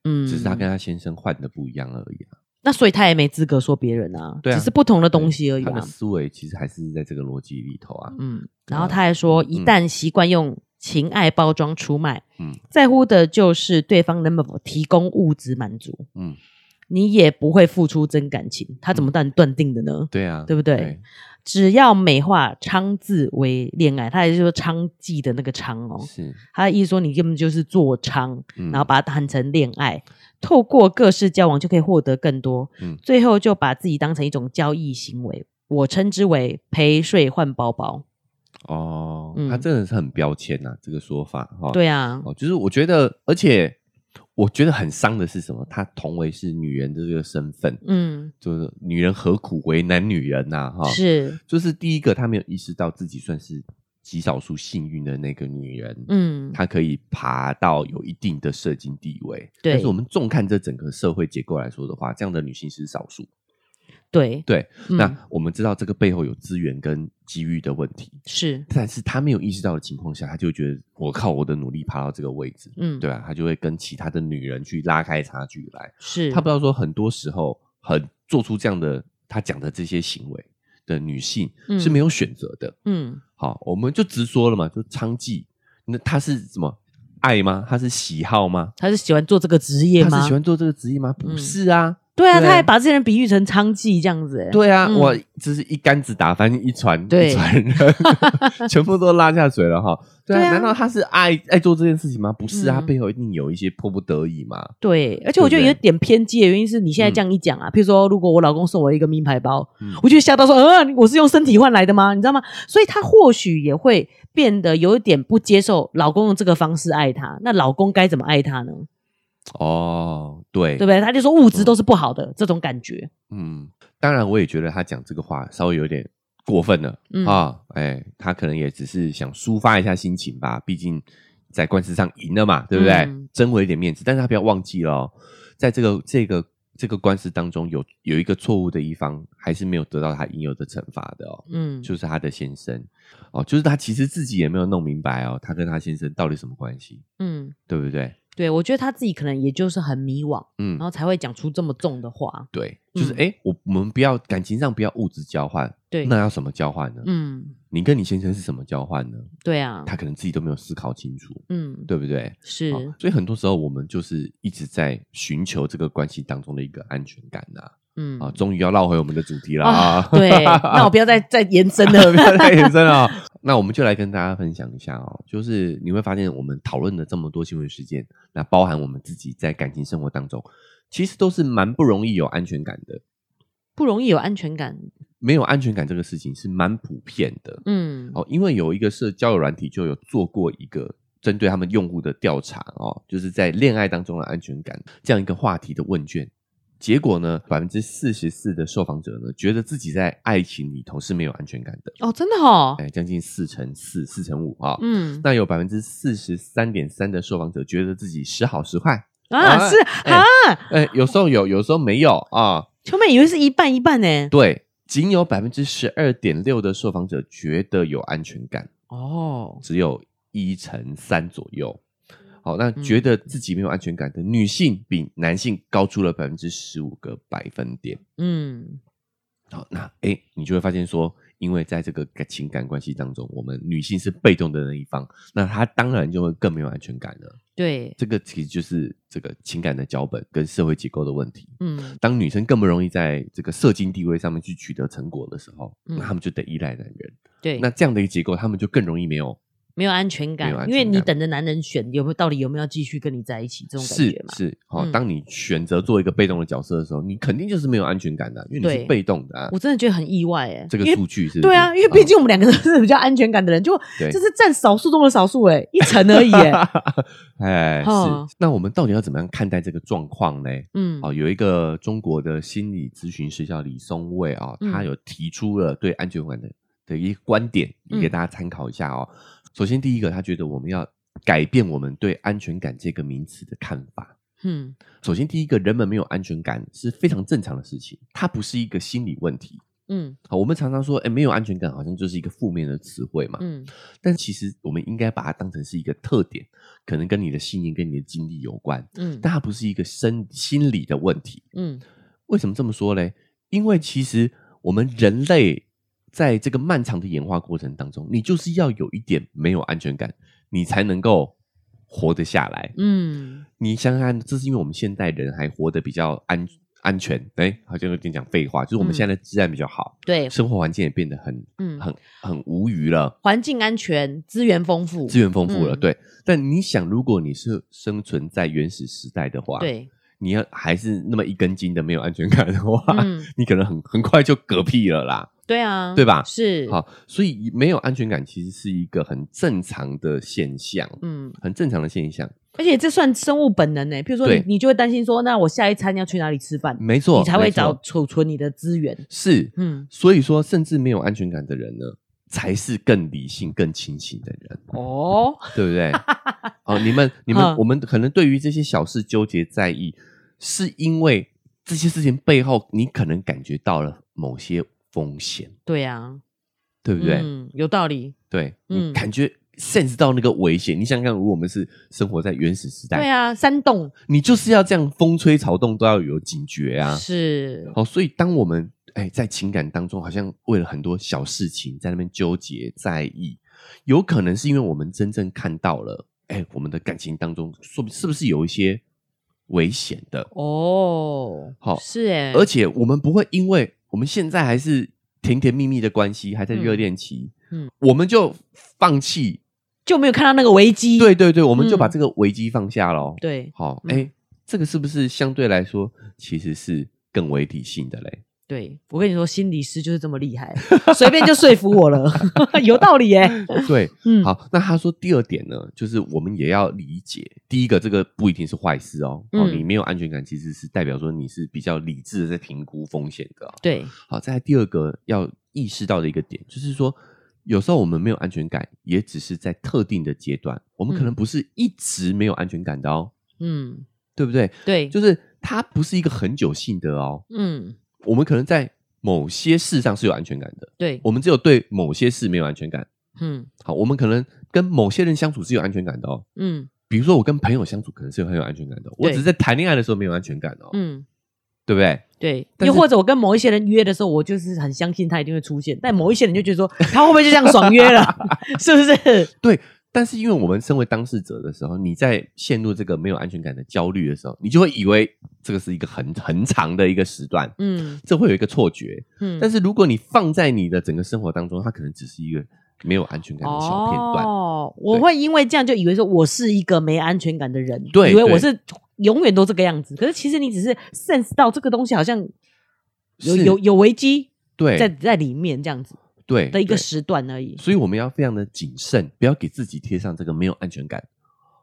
[SPEAKER 2] 嗯，
[SPEAKER 1] 只是他跟他先生换的不一样而已啊。
[SPEAKER 2] 那所以他也没资格说别人啊，
[SPEAKER 1] 对啊
[SPEAKER 2] 只是不同的东西而已
[SPEAKER 1] 他的
[SPEAKER 2] 啊。
[SPEAKER 1] 思维其实还是在这个逻辑里头啊。
[SPEAKER 2] 嗯，然后他还说，一旦习惯用情爱包装出卖，
[SPEAKER 1] 嗯
[SPEAKER 2] 在乎的就是对方能否提供物质满足，
[SPEAKER 1] 嗯，
[SPEAKER 2] 你也不会付出真感情。他怎么断断定的呢？
[SPEAKER 1] 对啊，
[SPEAKER 2] 对不对只要美化娼字为恋爱，他也就是说娼妓的那个娼哦，
[SPEAKER 1] 是，
[SPEAKER 2] 他的意思说你根本就是做娼，
[SPEAKER 1] 嗯
[SPEAKER 2] 然后把它谈成恋爱，透过各式交往就可以获得更多，
[SPEAKER 1] 嗯
[SPEAKER 2] 最后就把自己当成一种交易行为，我称之为陪睡换包包。
[SPEAKER 1] 哦，
[SPEAKER 2] 嗯
[SPEAKER 1] 他真的是很标签呐、这个说法哈。
[SPEAKER 2] 对啊，
[SPEAKER 1] 哦，就是我觉得，而且我觉得很伤的是什么？他同为是女人的这个身份，
[SPEAKER 2] 嗯，
[SPEAKER 1] 就是女人何苦为难女人呐、哈，，
[SPEAKER 2] 是，
[SPEAKER 1] 就是第一个，她没有意识到自己算是极少数幸运的那个女人，
[SPEAKER 2] 嗯，
[SPEAKER 1] 她可以爬到有一定的社经地位。
[SPEAKER 2] 对
[SPEAKER 1] 但是我们纵看这整个社会结构来说的话，这样的女性是少数。
[SPEAKER 2] 对，
[SPEAKER 1] 对，
[SPEAKER 2] 嗯
[SPEAKER 1] 那我们知道这个背后有资源跟机遇的问题，
[SPEAKER 2] 是，
[SPEAKER 1] 但是她没有意识到的情况下，她就觉得我靠我的努力爬到这个位置。
[SPEAKER 2] 嗯，
[SPEAKER 1] 对，啊，她就会跟其他的女人去拉开差距来。
[SPEAKER 2] 是，
[SPEAKER 1] 他不知道说，很多时候很做出这样的他讲的这些行为的女性
[SPEAKER 2] 嗯
[SPEAKER 1] 是没有选择的。
[SPEAKER 2] 嗯，
[SPEAKER 1] 好，我们就直说了嘛，就娼妓，那她是什么爱吗？她是喜好吗？
[SPEAKER 2] 他是喜欢做这个职业
[SPEAKER 1] 她
[SPEAKER 2] 吗
[SPEAKER 1] 是喜？欢做这个职业吗？
[SPEAKER 2] 嗯
[SPEAKER 1] 不是啊，
[SPEAKER 2] 对啊，
[SPEAKER 1] 对
[SPEAKER 2] 他还把这些人比喻成娼妓这样子、欸，
[SPEAKER 1] 对啊，
[SPEAKER 2] 嗯
[SPEAKER 1] 我只是一竿子打翻一船
[SPEAKER 2] 对
[SPEAKER 1] 一船 人， 全部都拉下水了哈。对
[SPEAKER 2] 对
[SPEAKER 1] 啊，
[SPEAKER 2] 啊
[SPEAKER 1] 难道她是爱爱做这件事情吗？不是啊，
[SPEAKER 2] 嗯
[SPEAKER 1] 背后一定有一些迫不得已嘛。
[SPEAKER 2] 对，而且我觉得
[SPEAKER 1] 对
[SPEAKER 2] 有
[SPEAKER 1] 不对
[SPEAKER 2] 点偏激的原因是你现在这样一讲啊，譬如说，如果我老公送我一个名牌包，
[SPEAKER 1] 嗯
[SPEAKER 2] 我就吓到说，呃，我是用身体换来的吗？你知道吗？所以她或许也会变得有一点不接受老公用这个方式爱她，那老公该怎么爱她呢？
[SPEAKER 1] 哦，对
[SPEAKER 2] 对不对？他就说物质都是不好的、这种感觉，
[SPEAKER 1] 嗯，当然，我也觉得他讲这个话稍微有点过分了、
[SPEAKER 2] 嗯
[SPEAKER 1] 啊。哎，他可能也只是想抒发一下心情吧，毕竟在官司上赢了嘛，对不对？
[SPEAKER 2] 嗯
[SPEAKER 1] 争回一点面子，但是他不要忘记了哦、在这个这个这个官司当中有，有一个错误的一方还是没有得到他应有的惩罚的哦，
[SPEAKER 2] 嗯，
[SPEAKER 1] 就是他的先生哦，就是他其实自己也没有弄明白哦，他跟他先生到底什么关系，
[SPEAKER 2] 嗯，
[SPEAKER 1] 对不对？
[SPEAKER 2] 对，我觉得他自己可能也就是很迷惘，
[SPEAKER 1] 嗯
[SPEAKER 2] 然，后才会讲出这么重的话，
[SPEAKER 1] 对，就是
[SPEAKER 2] 哦嗯
[SPEAKER 1] 哎、诶我我们不要感情上不要物质交换，
[SPEAKER 2] 对，
[SPEAKER 1] 那要什么交换呢？
[SPEAKER 2] 嗯，
[SPEAKER 1] 你跟你先生是什么交换呢？
[SPEAKER 2] 对啊，
[SPEAKER 1] 他可能自己都没有思考清楚，
[SPEAKER 2] 嗯，
[SPEAKER 1] 对不对？
[SPEAKER 2] 是，
[SPEAKER 1] 好所以很多时候我们就是一直在寻求这个关系当中的一个安全感呐、
[SPEAKER 2] 嗯
[SPEAKER 1] 啊。终于要绕回我们的主题了
[SPEAKER 2] 啊
[SPEAKER 1] 啊！，
[SPEAKER 2] 对，那我不要再再延伸 了，
[SPEAKER 1] 不要太延伸了哦。那我们就来跟大家分享一下哦，就是你会发现我们讨论的这么多新闻事件，那包含我们自己在感情生活当中，其实都是蛮不容易有安全感的。
[SPEAKER 2] 不容易有安全感，
[SPEAKER 1] 没有安全感这个事情是蛮普遍的，
[SPEAKER 2] 嗯，
[SPEAKER 1] 哦，因为有一个社交友软体就有做过一个针对他们用户的调查哦，就是在恋爱当中的安全感这样一个话题的问卷。结果呢，百分之四十四的受访者呢，觉得自己在爱情里头是没有安全感的，
[SPEAKER 2] 哦，真的哦，
[SPEAKER 1] 哎，将近四成四、四成五啊。
[SPEAKER 2] 嗯
[SPEAKER 1] 那有百分之四十三点三的受访者觉得自己时好时坏，
[SPEAKER 2] 啊，
[SPEAKER 1] 哎
[SPEAKER 2] 是
[SPEAKER 1] 哎
[SPEAKER 2] 啊，
[SPEAKER 1] 哎，有时候有，有时候没有啊。
[SPEAKER 2] 秋妹以为是一半一半呢，
[SPEAKER 1] 对，仅有百分之十二点六的受访者觉得有安全感。
[SPEAKER 2] 哦，
[SPEAKER 1] 只有一乘三左右。好，那
[SPEAKER 2] 嗯
[SPEAKER 1] 觉得自己没有安全感的女性比男性高出了百分之十五个百分点。
[SPEAKER 2] 嗯，
[SPEAKER 1] 好，那诶，你就会发现说，因为在这个感情感关系当中，我们女性是被动的那一方，那她当然就会更没有安全感了。
[SPEAKER 2] 对，
[SPEAKER 1] 这个其实就是这个情感的脚本跟社会结构的问题。
[SPEAKER 2] 嗯
[SPEAKER 1] 当女生更不容易在这个社经地位上面去取得成果的时候，
[SPEAKER 2] 嗯
[SPEAKER 1] 那她们就得依赖男人。
[SPEAKER 2] 对，
[SPEAKER 1] 那这样的一个结构，她们就更容易没有
[SPEAKER 2] 没有安全感
[SPEAKER 1] 没有，安
[SPEAKER 2] 因为
[SPEAKER 1] 全
[SPEAKER 2] 你
[SPEAKER 1] 感
[SPEAKER 2] 等着男人选有没有到底有没有要继续跟你在一起这种感觉嘛，
[SPEAKER 1] 是是，好、
[SPEAKER 2] 嗯
[SPEAKER 1] 当你选择做一个被动的角色的时候，你肯定就是没有安全感的、因为你
[SPEAKER 2] 对
[SPEAKER 1] 是被动的、啊。
[SPEAKER 2] 我真的觉得很意外哎，
[SPEAKER 1] 这个
[SPEAKER 2] 因为
[SPEAKER 1] 数据是不是哦
[SPEAKER 2] 对啊，因为毕、竟我们两个都是比较安全感的人，就
[SPEAKER 1] 对
[SPEAKER 2] 这是占少数中的少数哎，一成而已哎，
[SPEAKER 1] 哎
[SPEAKER 2] 哦
[SPEAKER 1] 是。那我们到底要怎么样看待这个状况呢？
[SPEAKER 2] 嗯
[SPEAKER 1] 哦，有一个中国的心理咨询师叫李松蔚啊、哦，
[SPEAKER 2] 嗯
[SPEAKER 1] 他有提出了对安全感的的一个观点，
[SPEAKER 2] 嗯
[SPEAKER 1] 也给大家参考一下哦。首先，第一个，他觉得我们要改变我们对安全感这个名词的看法。
[SPEAKER 2] 嗯
[SPEAKER 1] 首先，第一个，人们没有安全感是非常正常的事情，它不是一个心理问题，
[SPEAKER 2] 嗯
[SPEAKER 1] 好，我们常常说，哎，没有安全感好像就是一个负面的词汇嘛，
[SPEAKER 2] 嗯
[SPEAKER 1] 但其实我们应该把它当成是一个特点，可能跟你的信念、跟你的经历有关，
[SPEAKER 2] 嗯
[SPEAKER 1] 但它不是一个身心理的问题。
[SPEAKER 2] 嗯
[SPEAKER 1] 为什么这么说嘞？因为其实我们人类在这个漫长的演化过程当中，你就是要有一点没有安全感，你才能够活得下来。
[SPEAKER 2] 嗯，
[SPEAKER 1] 你想想看，这是因为我们现代人还活得比较安安全，哎、好像有点讲废话，就是我们
[SPEAKER 2] 嗯
[SPEAKER 1] 现在的治安比较好，
[SPEAKER 2] 对，
[SPEAKER 1] 生活环境也变得很
[SPEAKER 2] 嗯，
[SPEAKER 1] 很很无虞了。
[SPEAKER 2] 环境安全，资源丰富，
[SPEAKER 1] 资源丰富了，
[SPEAKER 2] 嗯
[SPEAKER 1] 对。但你想，如果你是生存在原始时代的话，，
[SPEAKER 2] 对，
[SPEAKER 1] 你要还是那么一根筋的没有安全感的话，
[SPEAKER 2] 嗯，
[SPEAKER 1] 你可能很很快就嗝屁了啦。
[SPEAKER 2] 对啊，
[SPEAKER 1] 对吧
[SPEAKER 2] 是，，
[SPEAKER 1] 好，所以没有安全感其实是一个很正常的现象，
[SPEAKER 2] 嗯，
[SPEAKER 1] 很正常的现象。
[SPEAKER 2] 而且这算生物本能呢。欸譬如说你
[SPEAKER 1] 对，
[SPEAKER 2] 你就会担心说，那我下一餐要去哪里吃饭？
[SPEAKER 1] 没错，
[SPEAKER 2] 你才会
[SPEAKER 1] 没错
[SPEAKER 2] 找储存你的资源。
[SPEAKER 1] 是。
[SPEAKER 2] 嗯，
[SPEAKER 1] 所以说，甚至没有安全感的人呢，才是更理性、更清醒的人，
[SPEAKER 2] 哦，
[SPEAKER 1] 对不 对？哦，你们、你们
[SPEAKER 2] 嗯、
[SPEAKER 1] 我们可能对于这些小事纠结在意，是因为这些事情背后，你可能感觉到了某些风险，
[SPEAKER 2] 对啊，
[SPEAKER 1] 对
[SPEAKER 2] 对
[SPEAKER 1] 不对？
[SPEAKER 2] 嗯，有道理。
[SPEAKER 1] 对，
[SPEAKER 2] 嗯
[SPEAKER 1] 你感觉 sense 到那个危险。你想想看，如果我们是生活在原始时代，
[SPEAKER 2] 对啊，山洞
[SPEAKER 1] 你就是要这样风吹草动都要有警觉啊。
[SPEAKER 2] 是，
[SPEAKER 1] 好，所以当我们哎在情感当中，好像为了很多小事情在那边纠结在意，有可能是因为我们真正看到了，哎，我们的感情当中说不是不是有一些危险的，
[SPEAKER 2] 哦，
[SPEAKER 1] 好
[SPEAKER 2] 是哎，
[SPEAKER 1] 而且我们不会因为我们现在还是甜甜蜜蜜的关系，还在热恋期，
[SPEAKER 2] 嗯
[SPEAKER 1] 嗯，我们就放弃。
[SPEAKER 2] 就没有看到那个危机。
[SPEAKER 1] 对对对，我们就把
[SPEAKER 2] 嗯
[SPEAKER 1] 这个危机放下喽。
[SPEAKER 2] 对
[SPEAKER 1] 好，
[SPEAKER 2] 嗯
[SPEAKER 1] 哎、这个是不是相对来说其实是更为理性的 嘞？
[SPEAKER 2] 对，我跟你说，心理师就是这么厉害，随便就说服我了， 有道理耶。
[SPEAKER 1] 对，
[SPEAKER 2] 嗯，
[SPEAKER 1] 好，那他说第二点呢，就是我们也要理解，第一个这个不一定是坏事哦，哦，
[SPEAKER 2] 嗯
[SPEAKER 1] 你没有安全感其实是代表说你是比较理智的在评估风险的哦、
[SPEAKER 2] 对，
[SPEAKER 1] 好，再来第二个要意识到的一个点，就是说有时候我们没有安全感，也只是在特定的阶段，我们可能
[SPEAKER 2] 嗯
[SPEAKER 1] 不是一直没有安全感的哦，
[SPEAKER 2] 嗯，
[SPEAKER 1] 对不对？
[SPEAKER 2] 对，
[SPEAKER 1] 就是它不是一个很久性的哦，
[SPEAKER 2] 嗯，
[SPEAKER 1] 我们可能在某些事上是有安全感的，
[SPEAKER 2] 对，
[SPEAKER 1] 我们只有对某些事没有安全感。
[SPEAKER 2] 嗯
[SPEAKER 1] 好，我们可能跟某些人相处是有安全感的哦。
[SPEAKER 2] 嗯
[SPEAKER 1] 比如说，我跟朋友相处可能是很有安全感的，我只是在谈恋爱的时候没有安全感哦，
[SPEAKER 2] 嗯，
[SPEAKER 1] 对不对？
[SPEAKER 2] 对，
[SPEAKER 1] 但
[SPEAKER 2] 又
[SPEAKER 1] 是
[SPEAKER 2] 或者我跟某一些人约的时候，我就是很相信他一定会出现，但某一些人就觉 得说他会不会就这样爽约了，是不是？
[SPEAKER 1] 对。但是因为我们身为当事者的时候，你在陷入这个没有安全感的焦虑的时候，你就会以为这个是一个很很长的一个时段，
[SPEAKER 2] 嗯
[SPEAKER 1] 这会有一个错觉。
[SPEAKER 2] 嗯，
[SPEAKER 1] 但是如果你放在你的整个生活当中，它可能只是一个没有安全感的小片段。
[SPEAKER 2] 哦，我
[SPEAKER 1] 对
[SPEAKER 2] 会因为这样就以为说我是一个没安全感的人，
[SPEAKER 1] 对
[SPEAKER 2] 以为我
[SPEAKER 1] 对
[SPEAKER 2] 是永远都这个样子。可是其实你只是 sense 到这个东西好像有
[SPEAKER 1] 是
[SPEAKER 2] 有有危机
[SPEAKER 1] 对，
[SPEAKER 2] 在在里面这样子
[SPEAKER 1] 对
[SPEAKER 2] 的一个
[SPEAKER 1] 对
[SPEAKER 2] 时段而已。
[SPEAKER 1] 所以我们要非常的谨慎，不要给自己贴上这个没有安全感，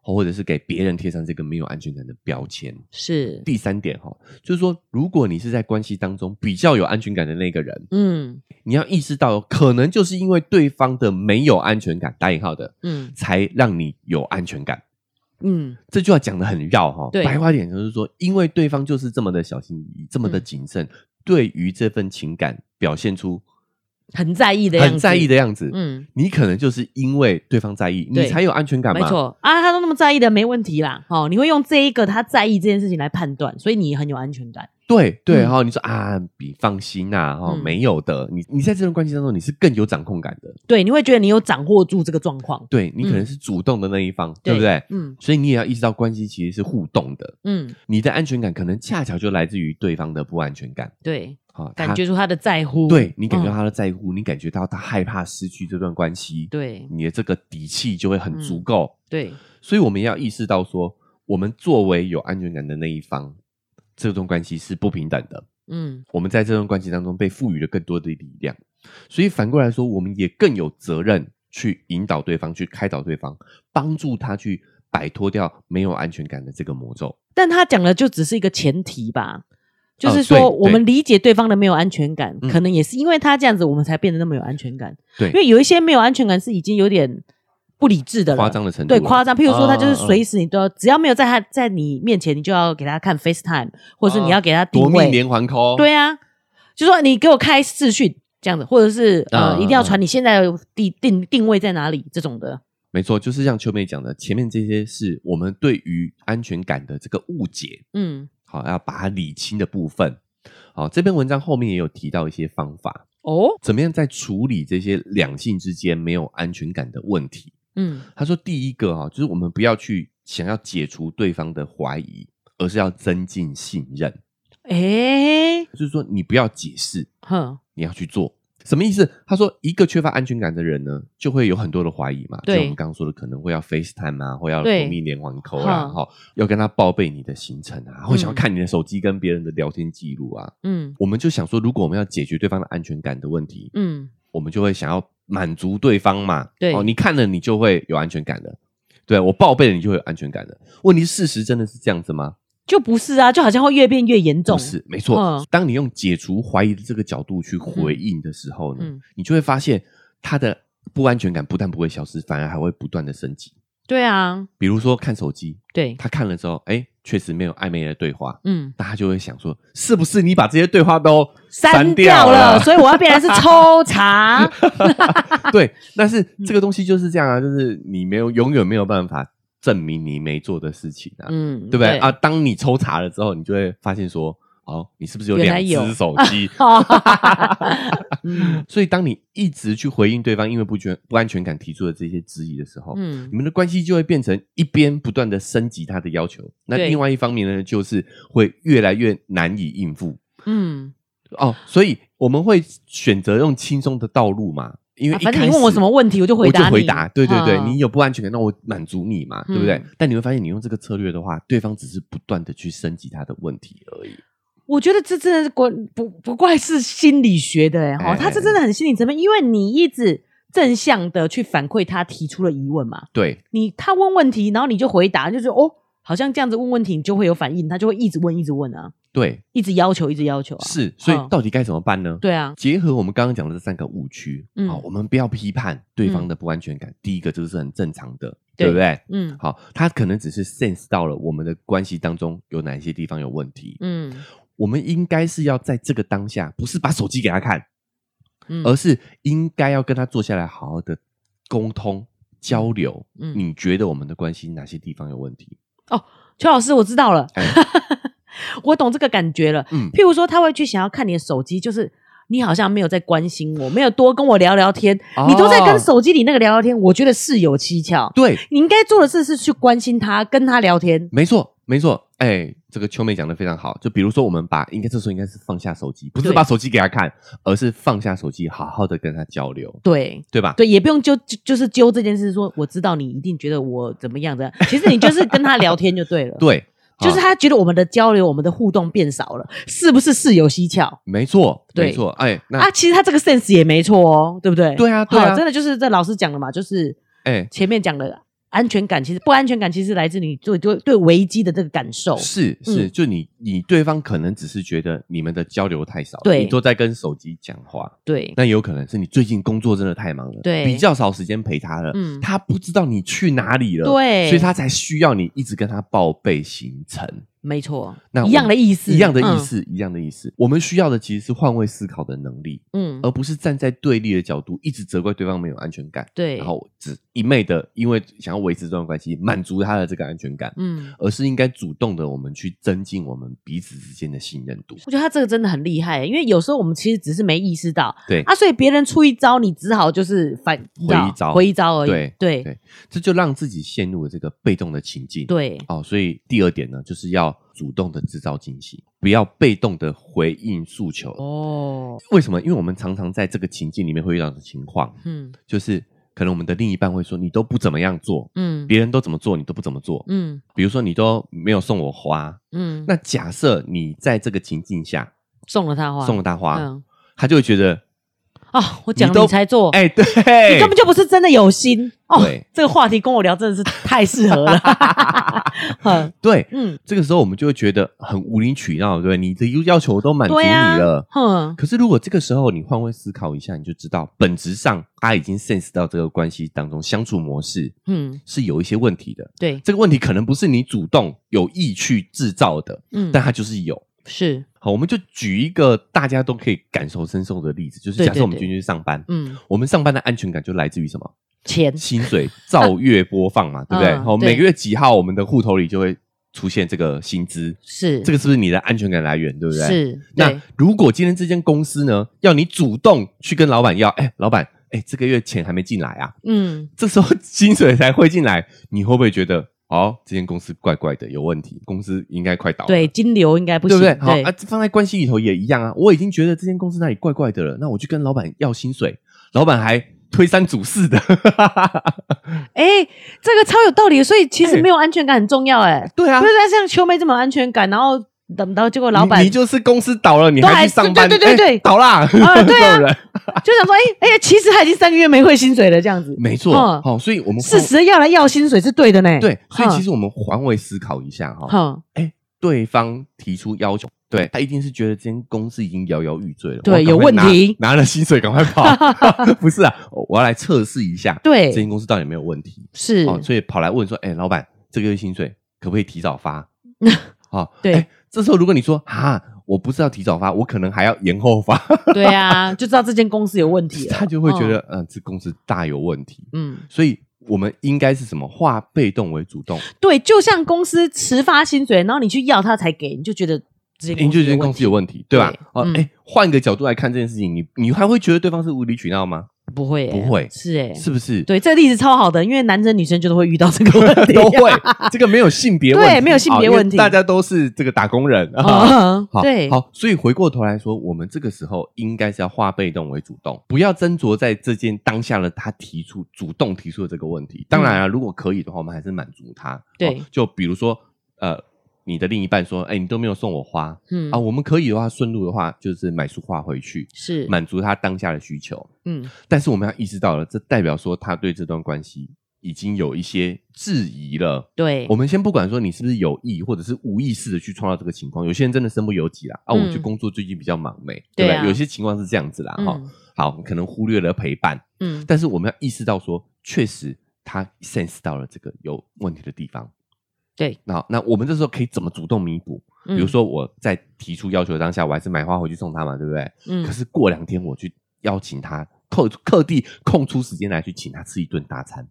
[SPEAKER 1] 或者是给别人贴上这个没有安全感的标签。
[SPEAKER 2] 是，
[SPEAKER 1] 第三点哈，就是说，如果你是在关系当中比较有安全感的那个人，
[SPEAKER 2] 嗯
[SPEAKER 1] 你要意识到，可能就是因为对方的没有安全感（打引号的），
[SPEAKER 2] 嗯
[SPEAKER 1] 才让你有安全感。
[SPEAKER 2] 嗯，
[SPEAKER 1] 这句话讲的很绕哈，
[SPEAKER 2] 对
[SPEAKER 1] 白话点就是说，因为对方就是这么的小心翼翼，这么的
[SPEAKER 2] 嗯
[SPEAKER 1] 谨慎，对于这份情感表现出
[SPEAKER 2] 很在意的样子，
[SPEAKER 1] 很在意的样子，
[SPEAKER 2] 嗯，
[SPEAKER 1] 你可能就是因为对方在意，
[SPEAKER 2] 对
[SPEAKER 1] 你才有安全感
[SPEAKER 2] 没
[SPEAKER 1] 嘛。
[SPEAKER 2] 错啊，他都那么在意的，没问题啦。哦，你会用这一个他在意这件事情来判断，所以你很有安全感。
[SPEAKER 1] 对对
[SPEAKER 2] 嗯
[SPEAKER 1] 哈、你说啊，你放心呐、哈、
[SPEAKER 2] 嗯
[SPEAKER 1] 没有的。你你在这段关系当中，你是更有掌控感的，
[SPEAKER 2] 对，你会觉得你有掌握住这个状况，
[SPEAKER 1] 对你可
[SPEAKER 2] 嗯
[SPEAKER 1] 能是主动的那一方，对不对？
[SPEAKER 2] 嗯
[SPEAKER 1] 所以你也要意识到，关系其实是互动的。
[SPEAKER 2] 嗯，
[SPEAKER 1] 你的安全感可能恰巧就来自于对方的不安全感，
[SPEAKER 2] 对，
[SPEAKER 1] 哈、他
[SPEAKER 2] 感觉出他的在乎，
[SPEAKER 1] 对你感觉到
[SPEAKER 2] 嗯
[SPEAKER 1] 他的在乎，你感觉到他害怕失去这段关系，
[SPEAKER 2] 对
[SPEAKER 1] 你的这个底气就会很足
[SPEAKER 2] 嗯
[SPEAKER 1] 够。
[SPEAKER 2] 对，
[SPEAKER 1] 所以我们也要意识到说，我们作为有安全感的那一方，这段关系是不平等的。
[SPEAKER 2] 嗯
[SPEAKER 1] 我们在这段关系当中被赋予了更多的力量，所以反过来说，我们也更有责任去引导对方，去开导对方，帮助他去摆脱掉没有安全感的这个魔咒。
[SPEAKER 2] 但他讲的就只是一个前提吧，就
[SPEAKER 1] 哦
[SPEAKER 2] 是
[SPEAKER 1] 对
[SPEAKER 2] 说
[SPEAKER 1] 对
[SPEAKER 2] 我们理解对方的没有安全感，
[SPEAKER 1] 嗯
[SPEAKER 2] 可能也是因为他这样子，我们才变得那么有安全感。
[SPEAKER 1] 对
[SPEAKER 2] 因为有一些没有安全感是已经有点不理智的了，
[SPEAKER 1] 夸张的程度
[SPEAKER 2] 对
[SPEAKER 1] 了，
[SPEAKER 2] 夸张，譬如说他就是
[SPEAKER 1] 嗯嗯嗯
[SPEAKER 2] 随时你都要，只要没有在他
[SPEAKER 1] 啊
[SPEAKER 2] 在你面前，你就要给他看 FaceTime，或者是你要给他定
[SPEAKER 1] 夺命
[SPEAKER 2] 位，
[SPEAKER 1] 连环 call，
[SPEAKER 2] 对啊。就说你给我开视讯这样子，或者是呃，
[SPEAKER 1] 啊
[SPEAKER 2] 一定要传你现在的地定定位在哪里这种的。
[SPEAKER 1] 没错，就是像秋妹讲的，前面这些是我们对于安全感的这个误解，
[SPEAKER 2] 嗯，
[SPEAKER 1] 好，要把它理清的部分。好，这篇文章后面也有提到一些方法，
[SPEAKER 2] 哦，
[SPEAKER 1] 怎么样在处理这些两性之间没有安全感的问题。
[SPEAKER 2] 嗯
[SPEAKER 1] 他说，第一个哈、哦就是我们不要去想要解除对方的怀疑，而是要增进信任。
[SPEAKER 2] 诶，
[SPEAKER 1] 就是说，你不要解释，
[SPEAKER 2] 哼，
[SPEAKER 1] 你要去做。什么意思？他说，一个缺乏安全感的人呢，就会有很多的怀疑嘛。
[SPEAKER 2] 对
[SPEAKER 1] 就我们刚刚说的，可能会要 FaceTime 啊，或要
[SPEAKER 2] 对
[SPEAKER 1] 夺命连环扣啦，
[SPEAKER 2] 哼
[SPEAKER 1] 哈、要跟他报备你的行程啊，会想要
[SPEAKER 2] 嗯
[SPEAKER 1] 看你的手机跟别人的聊天记录啊。
[SPEAKER 2] 嗯
[SPEAKER 1] 我们就想说，如果我们要解决对方的安全感的问题，
[SPEAKER 2] 嗯，
[SPEAKER 1] 我们就会想要满足对方嘛。
[SPEAKER 2] 对
[SPEAKER 1] 哦，你看了你就会有安全感的，对我报备了你就会有安全感的。问题是事实真的是这样子吗？
[SPEAKER 2] 就不是啊，就好像会越变越严重。
[SPEAKER 1] 不是，没错。
[SPEAKER 2] 嗯
[SPEAKER 1] 当你用解除怀疑的这个角度去回应的时候呢，
[SPEAKER 2] 嗯嗯
[SPEAKER 1] 你就会发现他的不安全感不但不会消失，反而还会不断的升级。
[SPEAKER 2] 对啊，
[SPEAKER 1] 比如说看手机，
[SPEAKER 2] 对，
[SPEAKER 1] 他看了之后，哎，确实没有暧昧的对话，
[SPEAKER 2] 嗯，
[SPEAKER 1] 那他就会想说，是不是你把这些对话都
[SPEAKER 2] 删
[SPEAKER 1] 掉
[SPEAKER 2] 掉了，所以我要变成是 抽查。
[SPEAKER 1] 对，但是
[SPEAKER 2] 嗯
[SPEAKER 1] 这个东西就是这样啊，就是你没有永远没有办法证明你没做的事情啊，
[SPEAKER 2] 嗯，
[SPEAKER 1] 对不对啊？当你抽查了之后，你就会发现说，哦，你是不是有
[SPEAKER 2] 原
[SPEAKER 1] 两
[SPEAKER 2] 来有
[SPEAKER 1] 只 手机？
[SPEAKER 2] 嗯
[SPEAKER 1] 所以，当你一直去回应对方因为不全不安全感提出的这些质疑的时候，
[SPEAKER 2] 嗯
[SPEAKER 1] 你们的关系就会变成一边不断的升级他的要求，那
[SPEAKER 2] 对
[SPEAKER 1] 另外一方面呢，就是会越来越难以应付
[SPEAKER 2] 嗯，
[SPEAKER 1] 哦。所以我们会选择用轻松的道路嘛，因为
[SPEAKER 2] 啊
[SPEAKER 1] 一
[SPEAKER 2] 反正
[SPEAKER 1] 开
[SPEAKER 2] 你问我什么
[SPEAKER 1] 始
[SPEAKER 2] 问题，我就
[SPEAKER 1] 我
[SPEAKER 2] 回
[SPEAKER 1] 就
[SPEAKER 2] 答你。
[SPEAKER 1] 回答，对对对，
[SPEAKER 2] 嗯
[SPEAKER 1] 你有不安全感，那我满足你嘛，对不对
[SPEAKER 2] 嗯？
[SPEAKER 1] 但你会发现，你用这个策略的话，对方只是不断的去升级他的问题而已。
[SPEAKER 2] 我觉得这真的是怪不不怪是心理学的哎哈，
[SPEAKER 1] 哎
[SPEAKER 2] 他这真的很心理层面，因为你一直正向的去反馈他提出了疑问嘛，
[SPEAKER 1] 对，
[SPEAKER 2] 你他问问题，然后你就回答，就是哦，好像这样子问问题，你就会有反应，他就会一直问，一直问啊，
[SPEAKER 1] 对，
[SPEAKER 2] 一直要求，一直要求啊，
[SPEAKER 1] 是，所以
[SPEAKER 2] 嗯
[SPEAKER 1] 到底该怎么办呢？
[SPEAKER 2] 对啊，
[SPEAKER 1] 结合我们刚刚讲的这三个误区，
[SPEAKER 2] 嗯
[SPEAKER 1] 好，我们不要批判对方的不安全感。第一个就是很正常的，
[SPEAKER 2] 对
[SPEAKER 1] 对不对？
[SPEAKER 2] 嗯
[SPEAKER 1] 好，他可能只是 sense 到了我们的关系当中有哪一些地方有问题。
[SPEAKER 2] 嗯
[SPEAKER 1] 我们应该是要在这个当下，不是把手机给他看，
[SPEAKER 2] 嗯，
[SPEAKER 1] 而是应该要跟他坐下来，好好的沟通交流。
[SPEAKER 2] 嗯
[SPEAKER 1] 你觉得我们的关系哪些地方有问题？
[SPEAKER 2] 邱老师，我知道了，
[SPEAKER 1] 哎
[SPEAKER 2] 我懂这个感觉了。
[SPEAKER 1] 嗯，
[SPEAKER 2] 譬如说，他会去想要看你的手机，就是你好像没有在关心我，没有多跟我聊聊天，
[SPEAKER 1] 哦
[SPEAKER 2] 你都在跟手机里那个聊聊天，我觉得是有蹊跷。
[SPEAKER 1] 啊对，
[SPEAKER 2] 你应该做的事是去关心他，跟他聊天。
[SPEAKER 1] 没错，没错。哎、这个秋妹讲的非常好。就比如说，我们把应该这时候应该是放下手机，不是
[SPEAKER 2] 对
[SPEAKER 1] 把手机给他看，而是放下手机，好好的跟他交流，
[SPEAKER 2] 对
[SPEAKER 1] 对吧？
[SPEAKER 2] 对，也不用揪，就就是揪这件事说，我知道你一定觉得我怎么样的，其实你就是跟他聊天就对了。，
[SPEAKER 1] 对，
[SPEAKER 2] 就是
[SPEAKER 1] 好
[SPEAKER 2] 他觉得我们的交流、我们的互动变少了，是不是事有蹊跷
[SPEAKER 1] 没错，
[SPEAKER 2] 对
[SPEAKER 1] 没错。哎、那
[SPEAKER 2] 啊？其实他这个 sense 也没错哦，对不对？
[SPEAKER 1] 对啊对啊
[SPEAKER 2] 好真的就是这老师讲的嘛，就是
[SPEAKER 1] 哎、
[SPEAKER 2] 前面讲的安全感，其实不安全感其实来自你对对对危机的这个感受。
[SPEAKER 1] 是是，
[SPEAKER 2] 嗯
[SPEAKER 1] 就你你对方可能只是觉得你们的交流太少了，
[SPEAKER 2] 对
[SPEAKER 1] 你都在跟手机讲话，
[SPEAKER 2] 对，
[SPEAKER 1] 那有可能是你最近工作真的太忙了，
[SPEAKER 2] 对
[SPEAKER 1] 比较少时间陪他了，
[SPEAKER 2] 嗯
[SPEAKER 1] 他不知道你去哪里了，
[SPEAKER 2] 对
[SPEAKER 1] 所以他才需要你一直跟他报备行程。
[SPEAKER 2] 没错，
[SPEAKER 1] 那
[SPEAKER 2] 一样的意思，
[SPEAKER 1] 一样的意
[SPEAKER 2] 嗯。
[SPEAKER 1] 思，一样的意思。我们需要的其实是换位思考的能力，
[SPEAKER 2] 嗯，
[SPEAKER 1] 而不是站在对立的角度一直责怪对方没有安全感，
[SPEAKER 2] 对，
[SPEAKER 1] 然后只一昧的因为想要维持这段关系，满足他的这个安全感，
[SPEAKER 2] 嗯。
[SPEAKER 1] 而是应该主动的我们去增进我们彼此之间的信任度。
[SPEAKER 2] 我觉得他这个真的很厉害，因为有时候我们其实只是没意识到，
[SPEAKER 1] 对
[SPEAKER 2] 啊，所以别人出一招，你只好就是反你知道
[SPEAKER 1] 回一招
[SPEAKER 2] 回一招而已，
[SPEAKER 1] 对
[SPEAKER 2] 对
[SPEAKER 1] 对这就让自己陷入了这个被动的情境。
[SPEAKER 2] 对
[SPEAKER 1] 哦，所以第二点呢，就是要主动的制造惊喜，不要被动的回应诉求。
[SPEAKER 2] 哦，
[SPEAKER 1] 为什么？因为我们常常在这个情境里面会遇到的情况，
[SPEAKER 2] 嗯
[SPEAKER 1] 就是可能我们的另一半会说你都不怎么样做，
[SPEAKER 2] 嗯
[SPEAKER 1] 别人都怎么做你都不怎么做。
[SPEAKER 2] 嗯
[SPEAKER 1] 比如说你都没有送我花，
[SPEAKER 2] 嗯，
[SPEAKER 1] 那假设你在这个情境下
[SPEAKER 2] 送了他花，
[SPEAKER 1] 送了他花，
[SPEAKER 2] 嗯
[SPEAKER 1] 他就会觉得，
[SPEAKER 2] 啊，我讲
[SPEAKER 1] 你
[SPEAKER 2] 了
[SPEAKER 1] 都
[SPEAKER 2] 你才做，
[SPEAKER 1] 哎、对，
[SPEAKER 2] 你根本就不是真的有心哦
[SPEAKER 1] 对。
[SPEAKER 2] 这个话题跟我聊真的是太适合了， 嗯
[SPEAKER 1] 对。
[SPEAKER 2] 嗯，
[SPEAKER 1] 这个时候我们就会觉得很无理取闹，对不对？你的要求我都满足
[SPEAKER 2] 对
[SPEAKER 1] 你
[SPEAKER 2] 啊
[SPEAKER 1] 了，，
[SPEAKER 2] 哼，
[SPEAKER 1] 可是如果这个时候你换位思考一下，你就知道本质上他已经 sense 到这个关系当中相处模式
[SPEAKER 2] 嗯，
[SPEAKER 1] 是有一些问题的。
[SPEAKER 2] 对，
[SPEAKER 1] 这个问题可能不是你主动有意去制造的，
[SPEAKER 2] 嗯
[SPEAKER 1] 但它就是有。
[SPEAKER 2] 是，
[SPEAKER 1] 好，我们就举一个大家都可以感受身受的例子，就是
[SPEAKER 2] 对
[SPEAKER 1] 假设
[SPEAKER 2] 对
[SPEAKER 1] 我们
[SPEAKER 2] 对
[SPEAKER 1] 今天去上班，
[SPEAKER 2] 嗯，
[SPEAKER 1] 我们上班的安全感就来自于什么？
[SPEAKER 2] 钱
[SPEAKER 1] 薪 水照月播放嘛，对不对？
[SPEAKER 2] 嗯
[SPEAKER 1] 好，
[SPEAKER 2] 对
[SPEAKER 1] 每个月几号我们的户头里就会出现这个薪资，
[SPEAKER 2] 是
[SPEAKER 1] 这个是不是你的安全感来源？对不对？。
[SPEAKER 2] 是，
[SPEAKER 1] 那
[SPEAKER 2] 对
[SPEAKER 1] 如果今天这间公司呢，要你主动去跟老板要，哎，老板，哎，这个月钱还没进来啊，
[SPEAKER 2] 嗯，
[SPEAKER 1] 这时候薪水才会进来，你会不会觉得，哦，这间公司怪怪的，有问题，公司应该快倒了？
[SPEAKER 2] 对，金流应该不
[SPEAKER 1] 对
[SPEAKER 2] 行，
[SPEAKER 1] 不对？好啊，这放在关系里头也一样啊。我已经觉得这间公司那里怪怪的了，那我去跟老板要薪水，老板还推三阻四的。
[SPEAKER 2] 哎，这个超有道理，所以其
[SPEAKER 1] 哎
[SPEAKER 2] 实没有安全感很重要，哎，
[SPEAKER 1] 对啊
[SPEAKER 2] 不，是像秋妹这么有安全感，然后等到结果老板
[SPEAKER 1] 你你就是公司倒了，你
[SPEAKER 2] 都
[SPEAKER 1] 还
[SPEAKER 2] 还
[SPEAKER 1] 去上班？
[SPEAKER 2] 对对对对
[SPEAKER 1] 哎倒啦，
[SPEAKER 2] 对啊
[SPEAKER 1] 这种人
[SPEAKER 2] 就想说，哎哎，其实他已经三个月没汇薪水了，这样子，
[SPEAKER 1] 没错。
[SPEAKER 2] 嗯
[SPEAKER 1] 好，所以我们
[SPEAKER 2] 事实要来要薪水是对的呢，
[SPEAKER 1] 对，所以其
[SPEAKER 2] 实
[SPEAKER 1] 实哦我们换位思考一下哈，
[SPEAKER 2] 哈，
[SPEAKER 1] 对方提出要求，对他一定是觉得这间公司已经摇摇欲坠了，
[SPEAKER 2] 对
[SPEAKER 1] 我要赶快
[SPEAKER 2] 有问题
[SPEAKER 1] 拿拿了薪水赶快跑， 不是啊，我要来测试一下，
[SPEAKER 2] 对
[SPEAKER 1] 这间公司到底有没有问题。
[SPEAKER 2] 是，
[SPEAKER 1] 哦，所以跑来问说：“哎、老板，这个月薪水可不可以提早 发？”哦，
[SPEAKER 2] 对
[SPEAKER 1] 哎这时候如果你说“啊，我不知道提早发，我可能还要延后发
[SPEAKER 2] 对啊，就知道这间公司有问”，题了，
[SPEAKER 1] 他就会觉
[SPEAKER 2] 嗯
[SPEAKER 1] 得，嗯、这公司大有问题。
[SPEAKER 2] 嗯，
[SPEAKER 1] 所以我们应该是什么？化被动为主动，
[SPEAKER 2] 对，就像公司迟发薪水，然后你去要他才给，你就觉得这间
[SPEAKER 1] 你
[SPEAKER 2] 公
[SPEAKER 1] 就
[SPEAKER 2] 司
[SPEAKER 1] 觉得公司有
[SPEAKER 2] 问
[SPEAKER 1] 问题，对吧
[SPEAKER 2] 对？
[SPEAKER 1] 哦，哎、
[SPEAKER 2] 嗯
[SPEAKER 1] 换个角度来看这件事情，你你还会觉得对方是无理取闹吗？
[SPEAKER 2] 题不会欸
[SPEAKER 1] 不会
[SPEAKER 2] 是哎，
[SPEAKER 1] 是不是？
[SPEAKER 2] 对，这个例子超好的，因为男生女生就都会遇到这个问题，
[SPEAKER 1] 都 会，这个没有性别问题，
[SPEAKER 2] 对没有性
[SPEAKER 1] 哦
[SPEAKER 2] 别
[SPEAKER 1] 因为
[SPEAKER 2] 问题
[SPEAKER 1] 大家都是这个打工人啊。
[SPEAKER 2] 嗯，
[SPEAKER 1] 好，
[SPEAKER 2] 对，
[SPEAKER 1] 好，所以回过头来说，我们这个时候应该是要化被动为主动，不要斟酌在这件当下的他提出主动提出的这个问题。当然啊，如果可以的话，我们还是满足他。
[SPEAKER 2] 嗯对
[SPEAKER 1] 哦就比如说，呃，你的另一半说：“哎、你都没有送我花、
[SPEAKER 2] 嗯
[SPEAKER 1] 啊。”我们可以的话，顺路的话就是买束花回去，
[SPEAKER 2] 是，
[SPEAKER 1] 满足他当下的需求。
[SPEAKER 2] 嗯，
[SPEAKER 1] 但是我们要意识到了，这代表说他对这段关系已经有一些质疑了。
[SPEAKER 2] 对
[SPEAKER 1] 我，们先不管说你是不是有意或者是无意识的去创造这个情况，有些人真的身不由己啦。啊，
[SPEAKER 2] 嗯
[SPEAKER 1] 我就工作最近比较忙没，对
[SPEAKER 2] 对
[SPEAKER 1] 不
[SPEAKER 2] 啊
[SPEAKER 1] 对？有些情况是这样子啦，哈、
[SPEAKER 2] 嗯
[SPEAKER 1] 好，可能忽略了陪伴，
[SPEAKER 2] 嗯，
[SPEAKER 1] 但是我们要意识到说，确实他 sense 到了这个有问题的地方。
[SPEAKER 2] 对，
[SPEAKER 1] 那那我们这时候可以怎么主动弥补？比
[SPEAKER 2] 比
[SPEAKER 1] 如，说我在提出要求的当下，我还是买花回去送他嘛，对不对？
[SPEAKER 2] 嗯
[SPEAKER 1] 可，是过两天我去邀请他，扣特地空出时间来去请他吃一顿大餐，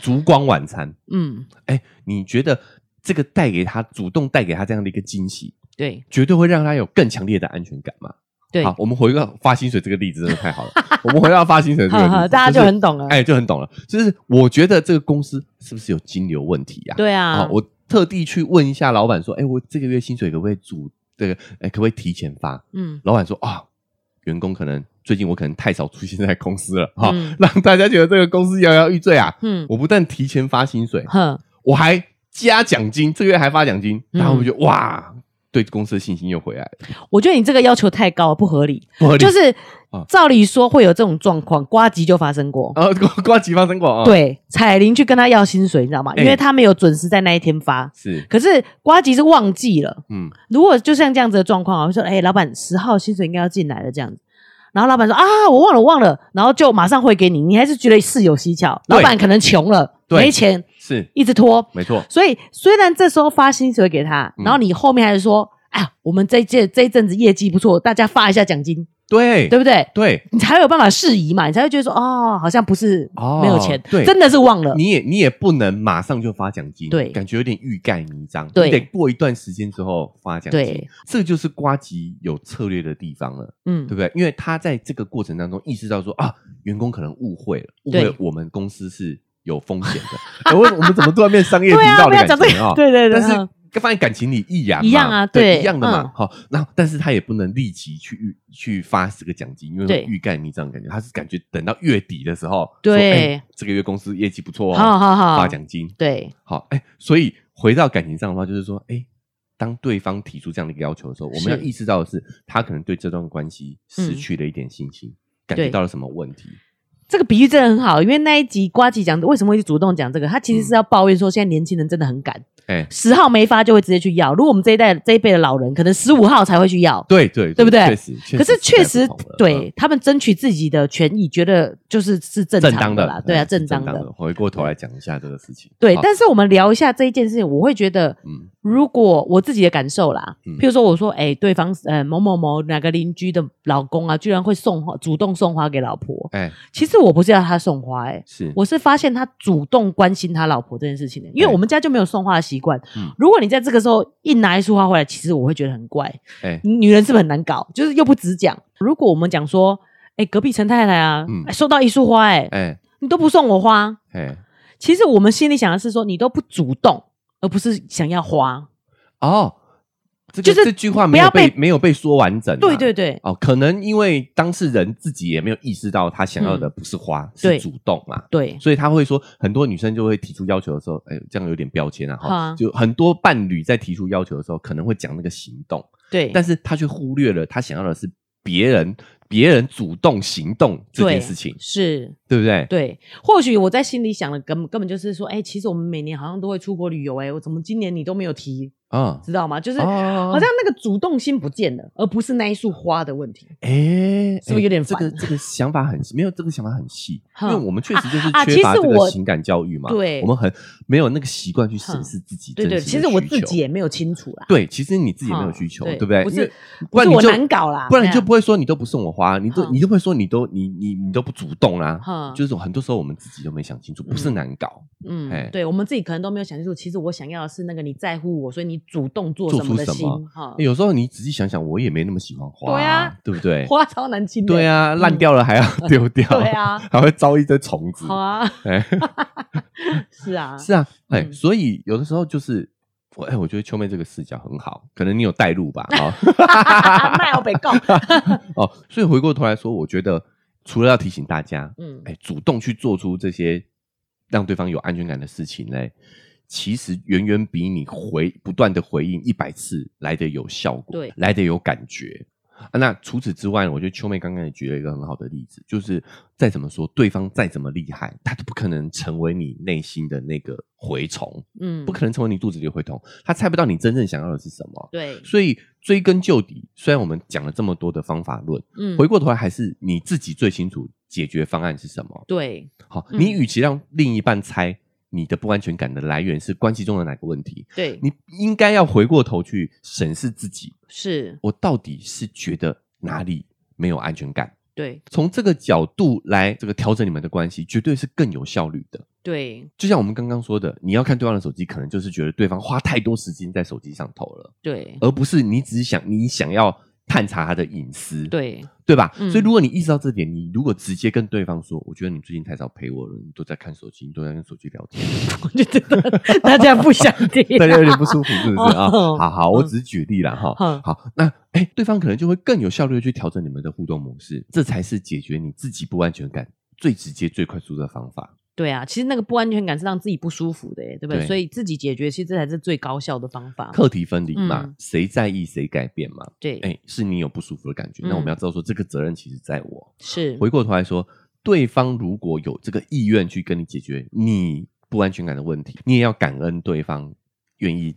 [SPEAKER 1] 烛光晚餐。
[SPEAKER 2] 嗯，
[SPEAKER 1] 哎，你觉得这个带给他主动带给他这样的一个惊喜，
[SPEAKER 2] 对，
[SPEAKER 1] 绝对会让他有更强烈的安全感嘛？
[SPEAKER 2] 对，
[SPEAKER 1] 好，我们回到发薪水这个例子真的太好了， 我们回到发薪水这个
[SPEAKER 2] 哈
[SPEAKER 1] 例
[SPEAKER 2] 哈，
[SPEAKER 1] 子，
[SPEAKER 2] 大家就是很懂了，
[SPEAKER 1] 哎就很懂了，就是我觉得这个公司是不是有金流问题呀、
[SPEAKER 2] 对
[SPEAKER 1] 啊
[SPEAKER 2] 啊，
[SPEAKER 1] 我特地去问一下老板说，哎，我这个月薪水可不可以主这个，哎，可不可以提前发？
[SPEAKER 2] 嗯，
[SPEAKER 1] 老板说啊，员工可能最近我可能太少出现在公司了哈、
[SPEAKER 2] 嗯
[SPEAKER 1] 让大家觉得这个公司摇摇欲坠啊。
[SPEAKER 2] 嗯，
[SPEAKER 1] 我不但提前发薪水，
[SPEAKER 2] 哼，
[SPEAKER 1] 我还加奖金，这个月还发奖金，
[SPEAKER 2] 嗯
[SPEAKER 1] 大家会不会觉得哇，对公司的信心又回来了？
[SPEAKER 2] 我觉得你这个要求太高了，不合理，
[SPEAKER 1] 不合理
[SPEAKER 2] 就是
[SPEAKER 1] 啊
[SPEAKER 2] 照理说会有这种状况，瓜吉就发生过。
[SPEAKER 1] 啊，瓜瓜吉发生过啊，，
[SPEAKER 2] 对，彩铃去跟他要薪水，你知道吗？
[SPEAKER 1] 哎
[SPEAKER 2] 因为他没有准时在那一天发，
[SPEAKER 1] 是，
[SPEAKER 2] 可是瓜吉是忘记了，
[SPEAKER 1] 嗯，
[SPEAKER 2] 如果就像这样子的状况啊，我说哎、老板十号薪水应该要进来了这样子，然后老板说啊，我忘了，我忘了，然后就马上汇给你，你还是觉得事有蹊跷，
[SPEAKER 1] 对
[SPEAKER 2] 老板可能穷了，
[SPEAKER 1] 对
[SPEAKER 2] 没钱，
[SPEAKER 1] 是
[SPEAKER 2] 一直拖，
[SPEAKER 1] 没错，
[SPEAKER 2] 所以虽然这时候发薪水给他，
[SPEAKER 1] 嗯
[SPEAKER 2] 然后你后面还是说，哎、我们这一届这一阵子业绩不错，大家发一下奖金，
[SPEAKER 1] 对
[SPEAKER 2] 对不对？
[SPEAKER 1] 对
[SPEAKER 2] 你才有办法适宜嘛，你才会觉得说，哦，好像不是
[SPEAKER 1] 哦
[SPEAKER 2] 没有钱，
[SPEAKER 1] 对
[SPEAKER 2] 真的是忘了，
[SPEAKER 1] 你也你也不能马上就发奖金，
[SPEAKER 2] 对
[SPEAKER 1] 感觉有点欲盖弥彰，
[SPEAKER 2] 对
[SPEAKER 1] 你得过一段时间之后发奖金
[SPEAKER 2] 对，
[SPEAKER 1] 这就是瓜吉有策略的地方了。
[SPEAKER 2] 嗯
[SPEAKER 1] 对不，对？因为他在这个过程当中意识到说啊，员工可能误会了，误会
[SPEAKER 2] 对
[SPEAKER 1] 我们公司是有风险的。 哎我我们怎么突然变商业频
[SPEAKER 2] 对啊，
[SPEAKER 1] 道
[SPEAKER 2] 不
[SPEAKER 1] 的
[SPEAKER 2] 要讲
[SPEAKER 1] 感
[SPEAKER 2] 这
[SPEAKER 1] 觉啊
[SPEAKER 2] 个，？ 对对对，
[SPEAKER 1] 但是
[SPEAKER 2] 嗯
[SPEAKER 1] 放在感情里一样嘛
[SPEAKER 2] 一样啊
[SPEAKER 1] 对，
[SPEAKER 2] 对
[SPEAKER 1] 一样的嘛
[SPEAKER 2] 嗯。
[SPEAKER 1] 好，然后但是他也不能立即去预去发这个奖金，因为
[SPEAKER 2] 对
[SPEAKER 1] 欲盖弥彰的感觉，他是感觉等到月底的时候，
[SPEAKER 2] 对
[SPEAKER 1] 说哎这个月公司业绩不错
[SPEAKER 2] 好
[SPEAKER 1] 哦，
[SPEAKER 2] 好好，
[SPEAKER 1] 发奖金。
[SPEAKER 2] 对
[SPEAKER 1] 好，哎，所以回到感情上的话，就是说，哎，当对方提出这样的一个要求的时候，我们
[SPEAKER 2] 是
[SPEAKER 1] 要意识到的是，他可能对这段关系失
[SPEAKER 2] 嗯
[SPEAKER 1] 去了一点信心，感觉
[SPEAKER 2] 对
[SPEAKER 1] 到了什么问题？
[SPEAKER 2] 这个比喻真的很好，因为那一集瓜吉讲的为什么会主动讲这个，他其实是要抱怨说现在年轻人真的很赶，
[SPEAKER 1] 哎，
[SPEAKER 2] 十号没发就会直接去要。如果我们这一代这一辈的老人，可能十五号才会去要。
[SPEAKER 1] 对对
[SPEAKER 2] 对不对
[SPEAKER 1] 确实，
[SPEAKER 2] 可是确
[SPEAKER 1] 时
[SPEAKER 2] 实
[SPEAKER 1] 代不同了，
[SPEAKER 2] 对
[SPEAKER 1] 嗯
[SPEAKER 2] 他们争取自己的权益，觉得就是是正
[SPEAKER 1] 正当
[SPEAKER 2] 常
[SPEAKER 1] 的
[SPEAKER 2] 啦，对啊，
[SPEAKER 1] 嗯
[SPEAKER 2] 正当
[SPEAKER 1] 的。
[SPEAKER 2] 的。
[SPEAKER 1] 回过头来讲一下这个事情，
[SPEAKER 2] 对，
[SPEAKER 1] 好
[SPEAKER 2] 但是我们聊一下这一件事情，我会觉得，
[SPEAKER 1] 嗯
[SPEAKER 2] 如果我自己的感受啦，
[SPEAKER 1] 嗯
[SPEAKER 2] 譬如说我说，哎、对方呃某某某哪个邻居的老公啊，居然会送花，主动送花给老婆。
[SPEAKER 1] 哎
[SPEAKER 2] 其实我不是要他送花、哎，
[SPEAKER 1] 是
[SPEAKER 2] 我是发现他主动关心他老婆这件事情的，因为
[SPEAKER 1] 对
[SPEAKER 2] 我们家就没有送花的习惯。
[SPEAKER 1] 嗯
[SPEAKER 2] 如果你在这个时候一拿一束花回来，其实我会觉得很怪，
[SPEAKER 1] 哎
[SPEAKER 2] 女人是不是很难搞？就是又不直讲。如果我们讲说，哎、隔壁陈太太啊，
[SPEAKER 1] 嗯
[SPEAKER 2] 哎收到一束花、哎、
[SPEAKER 1] 哎
[SPEAKER 2] 你都不送我花，
[SPEAKER 1] 哎
[SPEAKER 2] 其实我们心里想的是说，你都不主动，而不是想要花。
[SPEAKER 1] 哦，这
[SPEAKER 2] 就
[SPEAKER 1] 个
[SPEAKER 2] 是
[SPEAKER 1] 这句话
[SPEAKER 2] 不
[SPEAKER 1] 没
[SPEAKER 2] 要
[SPEAKER 1] 有被
[SPEAKER 2] 被
[SPEAKER 1] 没有被说完整啊，
[SPEAKER 2] 对对对，
[SPEAKER 1] 哦，可能因为当事人自己也没有意识到他想要的不是花，
[SPEAKER 2] 嗯对
[SPEAKER 1] 是主动嘛。
[SPEAKER 2] 对，
[SPEAKER 1] 所以他会说，很多女生就会提出要求的时候，哎，这样有点标签啊，
[SPEAKER 2] 好
[SPEAKER 1] 哈
[SPEAKER 2] 啊，
[SPEAKER 1] 就很多伴侣在提出要求的时候，可能会讲那个行动，
[SPEAKER 2] 对，
[SPEAKER 1] 但是他却忽略了他想要的是别人，别人主动行动这件
[SPEAKER 2] 对
[SPEAKER 1] 事情，
[SPEAKER 2] 是
[SPEAKER 1] 对不对？
[SPEAKER 2] 对。或许我在心里想的根本根本就是说，哎、其实我们每年好像都会出国旅游，哎，我怎么今年你都没有提，
[SPEAKER 1] 啊，哦
[SPEAKER 2] 知道吗？就是。
[SPEAKER 1] 好
[SPEAKER 2] 好像那个主动性不见了，而不是那一束花的问题
[SPEAKER 1] 哎，
[SPEAKER 2] 是不是有点
[SPEAKER 1] 这
[SPEAKER 2] 烦啊
[SPEAKER 1] 个这个想法很没有这个想法很细，因
[SPEAKER 2] 哼
[SPEAKER 1] 为我们确实就是
[SPEAKER 2] 啊啊
[SPEAKER 1] 缺乏
[SPEAKER 2] 其
[SPEAKER 1] 这
[SPEAKER 2] 实
[SPEAKER 1] 个
[SPEAKER 2] 我
[SPEAKER 1] 情感教育嘛，
[SPEAKER 2] 对
[SPEAKER 1] 我们很没有那个习惯去审
[SPEAKER 2] 哼
[SPEAKER 1] 视自己
[SPEAKER 2] 对
[SPEAKER 1] 真
[SPEAKER 2] 对，
[SPEAKER 1] 实
[SPEAKER 2] 其
[SPEAKER 1] 的
[SPEAKER 2] 实我
[SPEAKER 1] 需
[SPEAKER 2] 自
[SPEAKER 1] 求
[SPEAKER 2] 己也没有清楚啦，
[SPEAKER 1] 对，其实你自己也没有
[SPEAKER 2] 嗯
[SPEAKER 1] 需求，
[SPEAKER 2] 对
[SPEAKER 1] 对不对？
[SPEAKER 2] 不是
[SPEAKER 1] 因为不
[SPEAKER 2] 不是
[SPEAKER 1] 然你
[SPEAKER 2] 我
[SPEAKER 1] 就
[SPEAKER 2] 难搞啦，
[SPEAKER 1] 不然你
[SPEAKER 2] 哎呀
[SPEAKER 1] 就不会说你都不送我花，你都
[SPEAKER 2] 哼
[SPEAKER 1] 你就会说你都你你你都不主动啦。
[SPEAKER 2] 哼
[SPEAKER 1] 就是很多时候我们自己都没想清楚，不是难搞，哎
[SPEAKER 2] 嗯，对我们自己可能都没有想清楚，其实我想要的是那个你在乎我，所以你主动做
[SPEAKER 1] 做
[SPEAKER 2] 什么
[SPEAKER 1] 出
[SPEAKER 2] 的
[SPEAKER 1] 什
[SPEAKER 2] 心
[SPEAKER 1] 么
[SPEAKER 2] 哈。
[SPEAKER 1] 有时候你仔细想想，我也没那么喜欢花，
[SPEAKER 2] 嗯对啊
[SPEAKER 1] 对不对？
[SPEAKER 2] 花超难清的，
[SPEAKER 1] 哎对啊，烂掉了还要 丢掉，
[SPEAKER 2] 对啊，
[SPEAKER 1] 还会招一堆虫子
[SPEAKER 2] 好。啊，
[SPEAKER 1] 哎，
[SPEAKER 2] 是啊，
[SPEAKER 1] 是啊，哎，
[SPEAKER 2] 嗯
[SPEAKER 1] 所以有的时候就是。我哎，我觉得秋妹这个视角很好，可能你有带入 吧，好，啊
[SPEAKER 2] 卖我被 告，
[SPEAKER 1] 哦，所以回过头来说，我觉得除了要提醒大家，
[SPEAKER 2] 嗯，
[SPEAKER 1] 哎，主动去做出这些让对方有安全感的事情嘞，其实远远比你回不断的回应一百次来的有效果，
[SPEAKER 2] 对
[SPEAKER 1] 来的有感觉。啊那除此之外，我觉得秋妹刚刚也举了一个很好的例子，就是再怎么说，对方再怎么厉害，他都不可能成为你内心的那个蛔虫，
[SPEAKER 2] 嗯，
[SPEAKER 1] 不可能成为你肚子里的蛔虫，他猜不到你真正想要的是什么。
[SPEAKER 2] 对，
[SPEAKER 1] 所以追根究底，虽然我们讲了这么多的方法论，
[SPEAKER 2] 嗯
[SPEAKER 1] 回过头来还是你自己最清楚解决方案是什么。
[SPEAKER 2] 对，
[SPEAKER 1] 好，
[SPEAKER 2] 嗯
[SPEAKER 1] 你与其让另一半猜你的不安全感的来源是关系中的哪个问题，
[SPEAKER 2] 对，
[SPEAKER 1] 你应该要回过头去审视自己，
[SPEAKER 2] 是，
[SPEAKER 1] 我到底是觉得哪里没有安全感？
[SPEAKER 2] 对，
[SPEAKER 1] 从这个角度来这个调整你们的关系，绝对是更有效率的。
[SPEAKER 2] 对，
[SPEAKER 1] 就像我们刚刚说的，你要看对方的手机，可能就是觉得对方花太多时间在手机上头了，
[SPEAKER 2] 对，
[SPEAKER 1] 而不是你只是想你想要探查他的隐私。
[SPEAKER 2] 对，
[SPEAKER 1] 对吧？
[SPEAKER 2] 嗯
[SPEAKER 1] 所以如果你意识到这点，你如果直接跟对方说，我觉得你最近太少陪我了，你都在看手机，你都在跟手机聊天，
[SPEAKER 2] 我就觉得大家不想听，
[SPEAKER 1] 大家有点不舒服，是不 是啊？
[SPEAKER 2] 哦
[SPEAKER 1] 好好，我只是举例了哈
[SPEAKER 2] 嗯。
[SPEAKER 1] 好，那哎，对方可能就会更有效率的去调整你们的互动模式，这才是解决你自己不安全感最直接、最快速的方法。
[SPEAKER 2] 对啊，其实那个不安全感是让自己不舒服的耶，对不对？
[SPEAKER 1] 对
[SPEAKER 2] 所以自己解决，其实这才是最高效的方法。
[SPEAKER 1] 课题分离嘛，
[SPEAKER 2] 嗯
[SPEAKER 1] 谁在意谁改变嘛。
[SPEAKER 2] 对，
[SPEAKER 1] 哎，是你有不舒服的感觉，那我们
[SPEAKER 2] 嗯
[SPEAKER 1] 要知道说这个责任其实在我。
[SPEAKER 2] 是，
[SPEAKER 1] 回过头来说，对方如果有这个意愿去跟你解决你不安全感的问题，你也要感恩对方愿意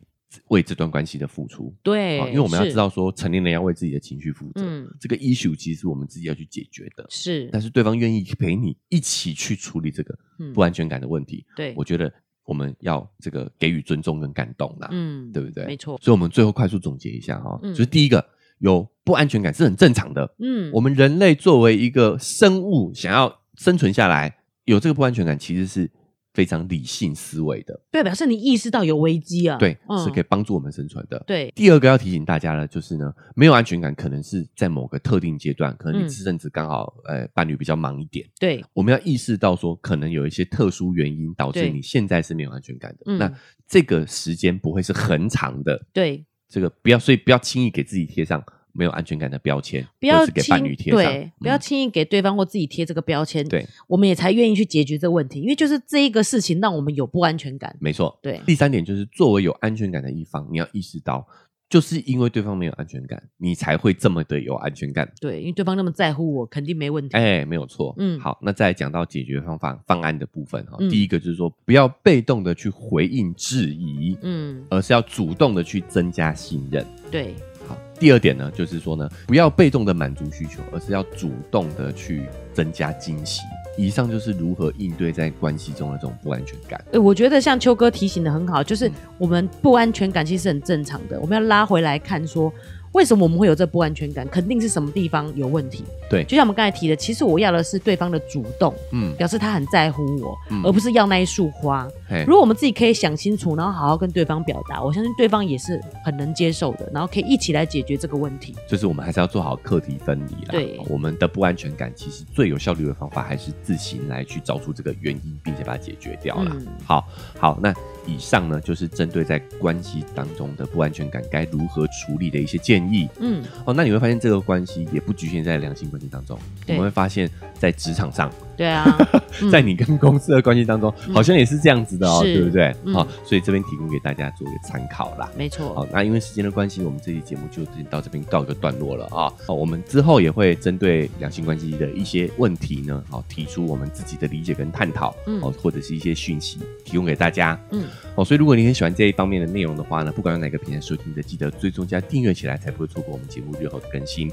[SPEAKER 1] 为这段关系的付出。
[SPEAKER 2] 对
[SPEAKER 1] 好，因为我们要
[SPEAKER 2] 哎是
[SPEAKER 1] 知道说，成年人要为自己的情绪负责，
[SPEAKER 2] 嗯
[SPEAKER 1] 这个 issue 其实是我们自己要去解决的。
[SPEAKER 2] 是，
[SPEAKER 1] 但是对方愿意陪你一起去处理这个
[SPEAKER 2] 嗯
[SPEAKER 1] 不安全感的问题，
[SPEAKER 2] 对，
[SPEAKER 1] 我觉得我们要这个给予尊重跟感动啦。
[SPEAKER 2] 嗯，
[SPEAKER 1] 对不对
[SPEAKER 2] 没错，
[SPEAKER 1] 所以，我们最后快速总结一下哈、
[SPEAKER 2] 嗯
[SPEAKER 1] 就是第一个，有不安全感是很正常的，
[SPEAKER 2] 嗯，
[SPEAKER 1] 我们人类作为一个生物，想要生存下来，有这个不安全感，其实是非常理性思维的，
[SPEAKER 2] 对，表示你意识到有危机啊，
[SPEAKER 1] 对，
[SPEAKER 2] 嗯
[SPEAKER 1] 是可以帮助我们生存的。
[SPEAKER 2] 对，
[SPEAKER 1] 第二个要提醒大家的就是呢，没有安全感可能是在某个特定阶段，可能你
[SPEAKER 2] 嗯
[SPEAKER 1] 这阵子刚好，呃，伴侣比较忙一点，
[SPEAKER 2] 对，
[SPEAKER 1] 我们要意识到说，可能有一些特殊原因导致
[SPEAKER 2] 对
[SPEAKER 1] 你现在是没有安全感的。
[SPEAKER 2] 嗯
[SPEAKER 1] 那这个时间不会是很长的，
[SPEAKER 2] 对，
[SPEAKER 1] 这个不要，所以不要轻易给自己贴上没有安全感的标签，
[SPEAKER 2] 不要
[SPEAKER 1] 或是给伴
[SPEAKER 2] 轻
[SPEAKER 1] 侣贴上，
[SPEAKER 2] 对，不要
[SPEAKER 1] 嗯
[SPEAKER 2] 轻易给对方或自己贴这个标签，
[SPEAKER 1] 对，
[SPEAKER 2] 我们也才愿意去解决这个问题，因为就是这一个事情让我们有不安全感，
[SPEAKER 1] 没错，
[SPEAKER 2] 对
[SPEAKER 1] 第三点就是，作为有安全感的一方，你要意识到就是因为对方没有安全感，你才会这么的有安全感。
[SPEAKER 2] 对，因为对方那么在乎我，肯定没问题。
[SPEAKER 1] 哎、没有错。
[SPEAKER 2] 嗯
[SPEAKER 1] 好，那再来讲到解决方法方案的部分哈、
[SPEAKER 2] 嗯
[SPEAKER 1] 第一个就是说，不要被动的去回应质疑，
[SPEAKER 2] 嗯，
[SPEAKER 1] 而是要主动的去增加信任。
[SPEAKER 2] 对，
[SPEAKER 1] 好，第二点呢，就是说呢，不要被动的满足需求，而是要主动的去增加惊喜。以上就是如何应对在关系中的这种不安全感。
[SPEAKER 2] 哎，我觉得像秋哥提醒的很好，就是
[SPEAKER 1] 嗯
[SPEAKER 2] 我们不安全感其实是很正常的，我们要拉回来看说。为什么我们会有这不安全感？肯定是什么地方有问题。
[SPEAKER 1] 对
[SPEAKER 2] 就像我们刚才提的，其实我要的是对方的主动，
[SPEAKER 1] 嗯，
[SPEAKER 2] 表示他很在乎我，
[SPEAKER 1] 嗯
[SPEAKER 2] 而不是要那一束花。
[SPEAKER 1] 嘿
[SPEAKER 2] 如，果我们自己可以想清楚，然后好好跟对方表达，我相信对方也是很能接受的，然后可以一起来解决这个问题。
[SPEAKER 1] 就是我们还是要做好课题分离啦。
[SPEAKER 2] 对
[SPEAKER 1] 我们的不安全感其实最有效率的方法还是自行来去找出这个原因，并且把它解决掉啦。
[SPEAKER 2] 嗯
[SPEAKER 1] 好好，那以上呢就是针对在关系当中的不安全感该如何处理的一些建议。
[SPEAKER 2] 嗯，
[SPEAKER 1] 哦，那你会发现这个关系也不局限在良性关系当中，我
[SPEAKER 2] 对
[SPEAKER 1] 们会发现在职场上，
[SPEAKER 2] 对 啊，嗯
[SPEAKER 1] 在你跟公司的关系当中，好像也是这样子的哦，
[SPEAKER 2] 是
[SPEAKER 1] 对不对？好、
[SPEAKER 2] 嗯
[SPEAKER 1] 所以这边提供给大家做一个参考啦。
[SPEAKER 2] 没错。
[SPEAKER 1] 好，那因为时间的关系，我们这期节目就到这边告一个段落了啊。好，我们之后也会针对两性关系的一些问题呢，好提出我们自己的理解跟探讨，
[SPEAKER 2] 嗯
[SPEAKER 1] 哦，或者是一些讯息提供给大家。
[SPEAKER 2] 嗯，
[SPEAKER 1] 哦，所以如果你很喜欢这一方面的内容的话呢，不管用哪个平台收听的，记得追踪加订阅起来，才不会错过我们节目日后的更新。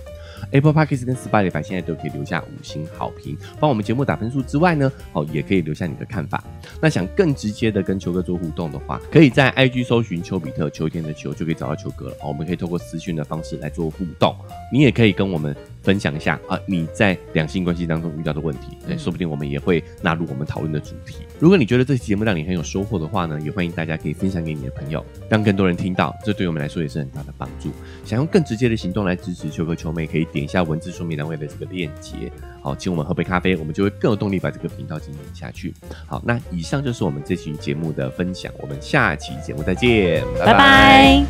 [SPEAKER 1] Apple Podcast 跟 Spotify 现在都可以留下五星好评，帮我们节目打分数之外呢，哦，也可以留下你的看法。那想更直接的跟球哥做互动的话，可以在 IG 搜寻丘比特秋天的球就可以找到球哥了。哦，我们可以透过私讯的方式来做互动，你也可以跟我们分享一下啊，你在两性关系当中遇到的问题，对，
[SPEAKER 2] 嗯
[SPEAKER 1] 说不定我们也会纳入我们讨论的主题。如果你觉得这期节目让你很有收获的话呢，也欢迎大家可以分享给你的朋友，让更多人听到，这对我们来说也是很大的帮助。想用更直接的行动来支持球哥球妹，可以点一下文字说明栏位的这个链接，好，请我们喝杯咖啡，我们就会更有动力把这个频道经营下去。好，那以上就是我们这期节目的分享，我们下期节目再见，
[SPEAKER 2] 拜拜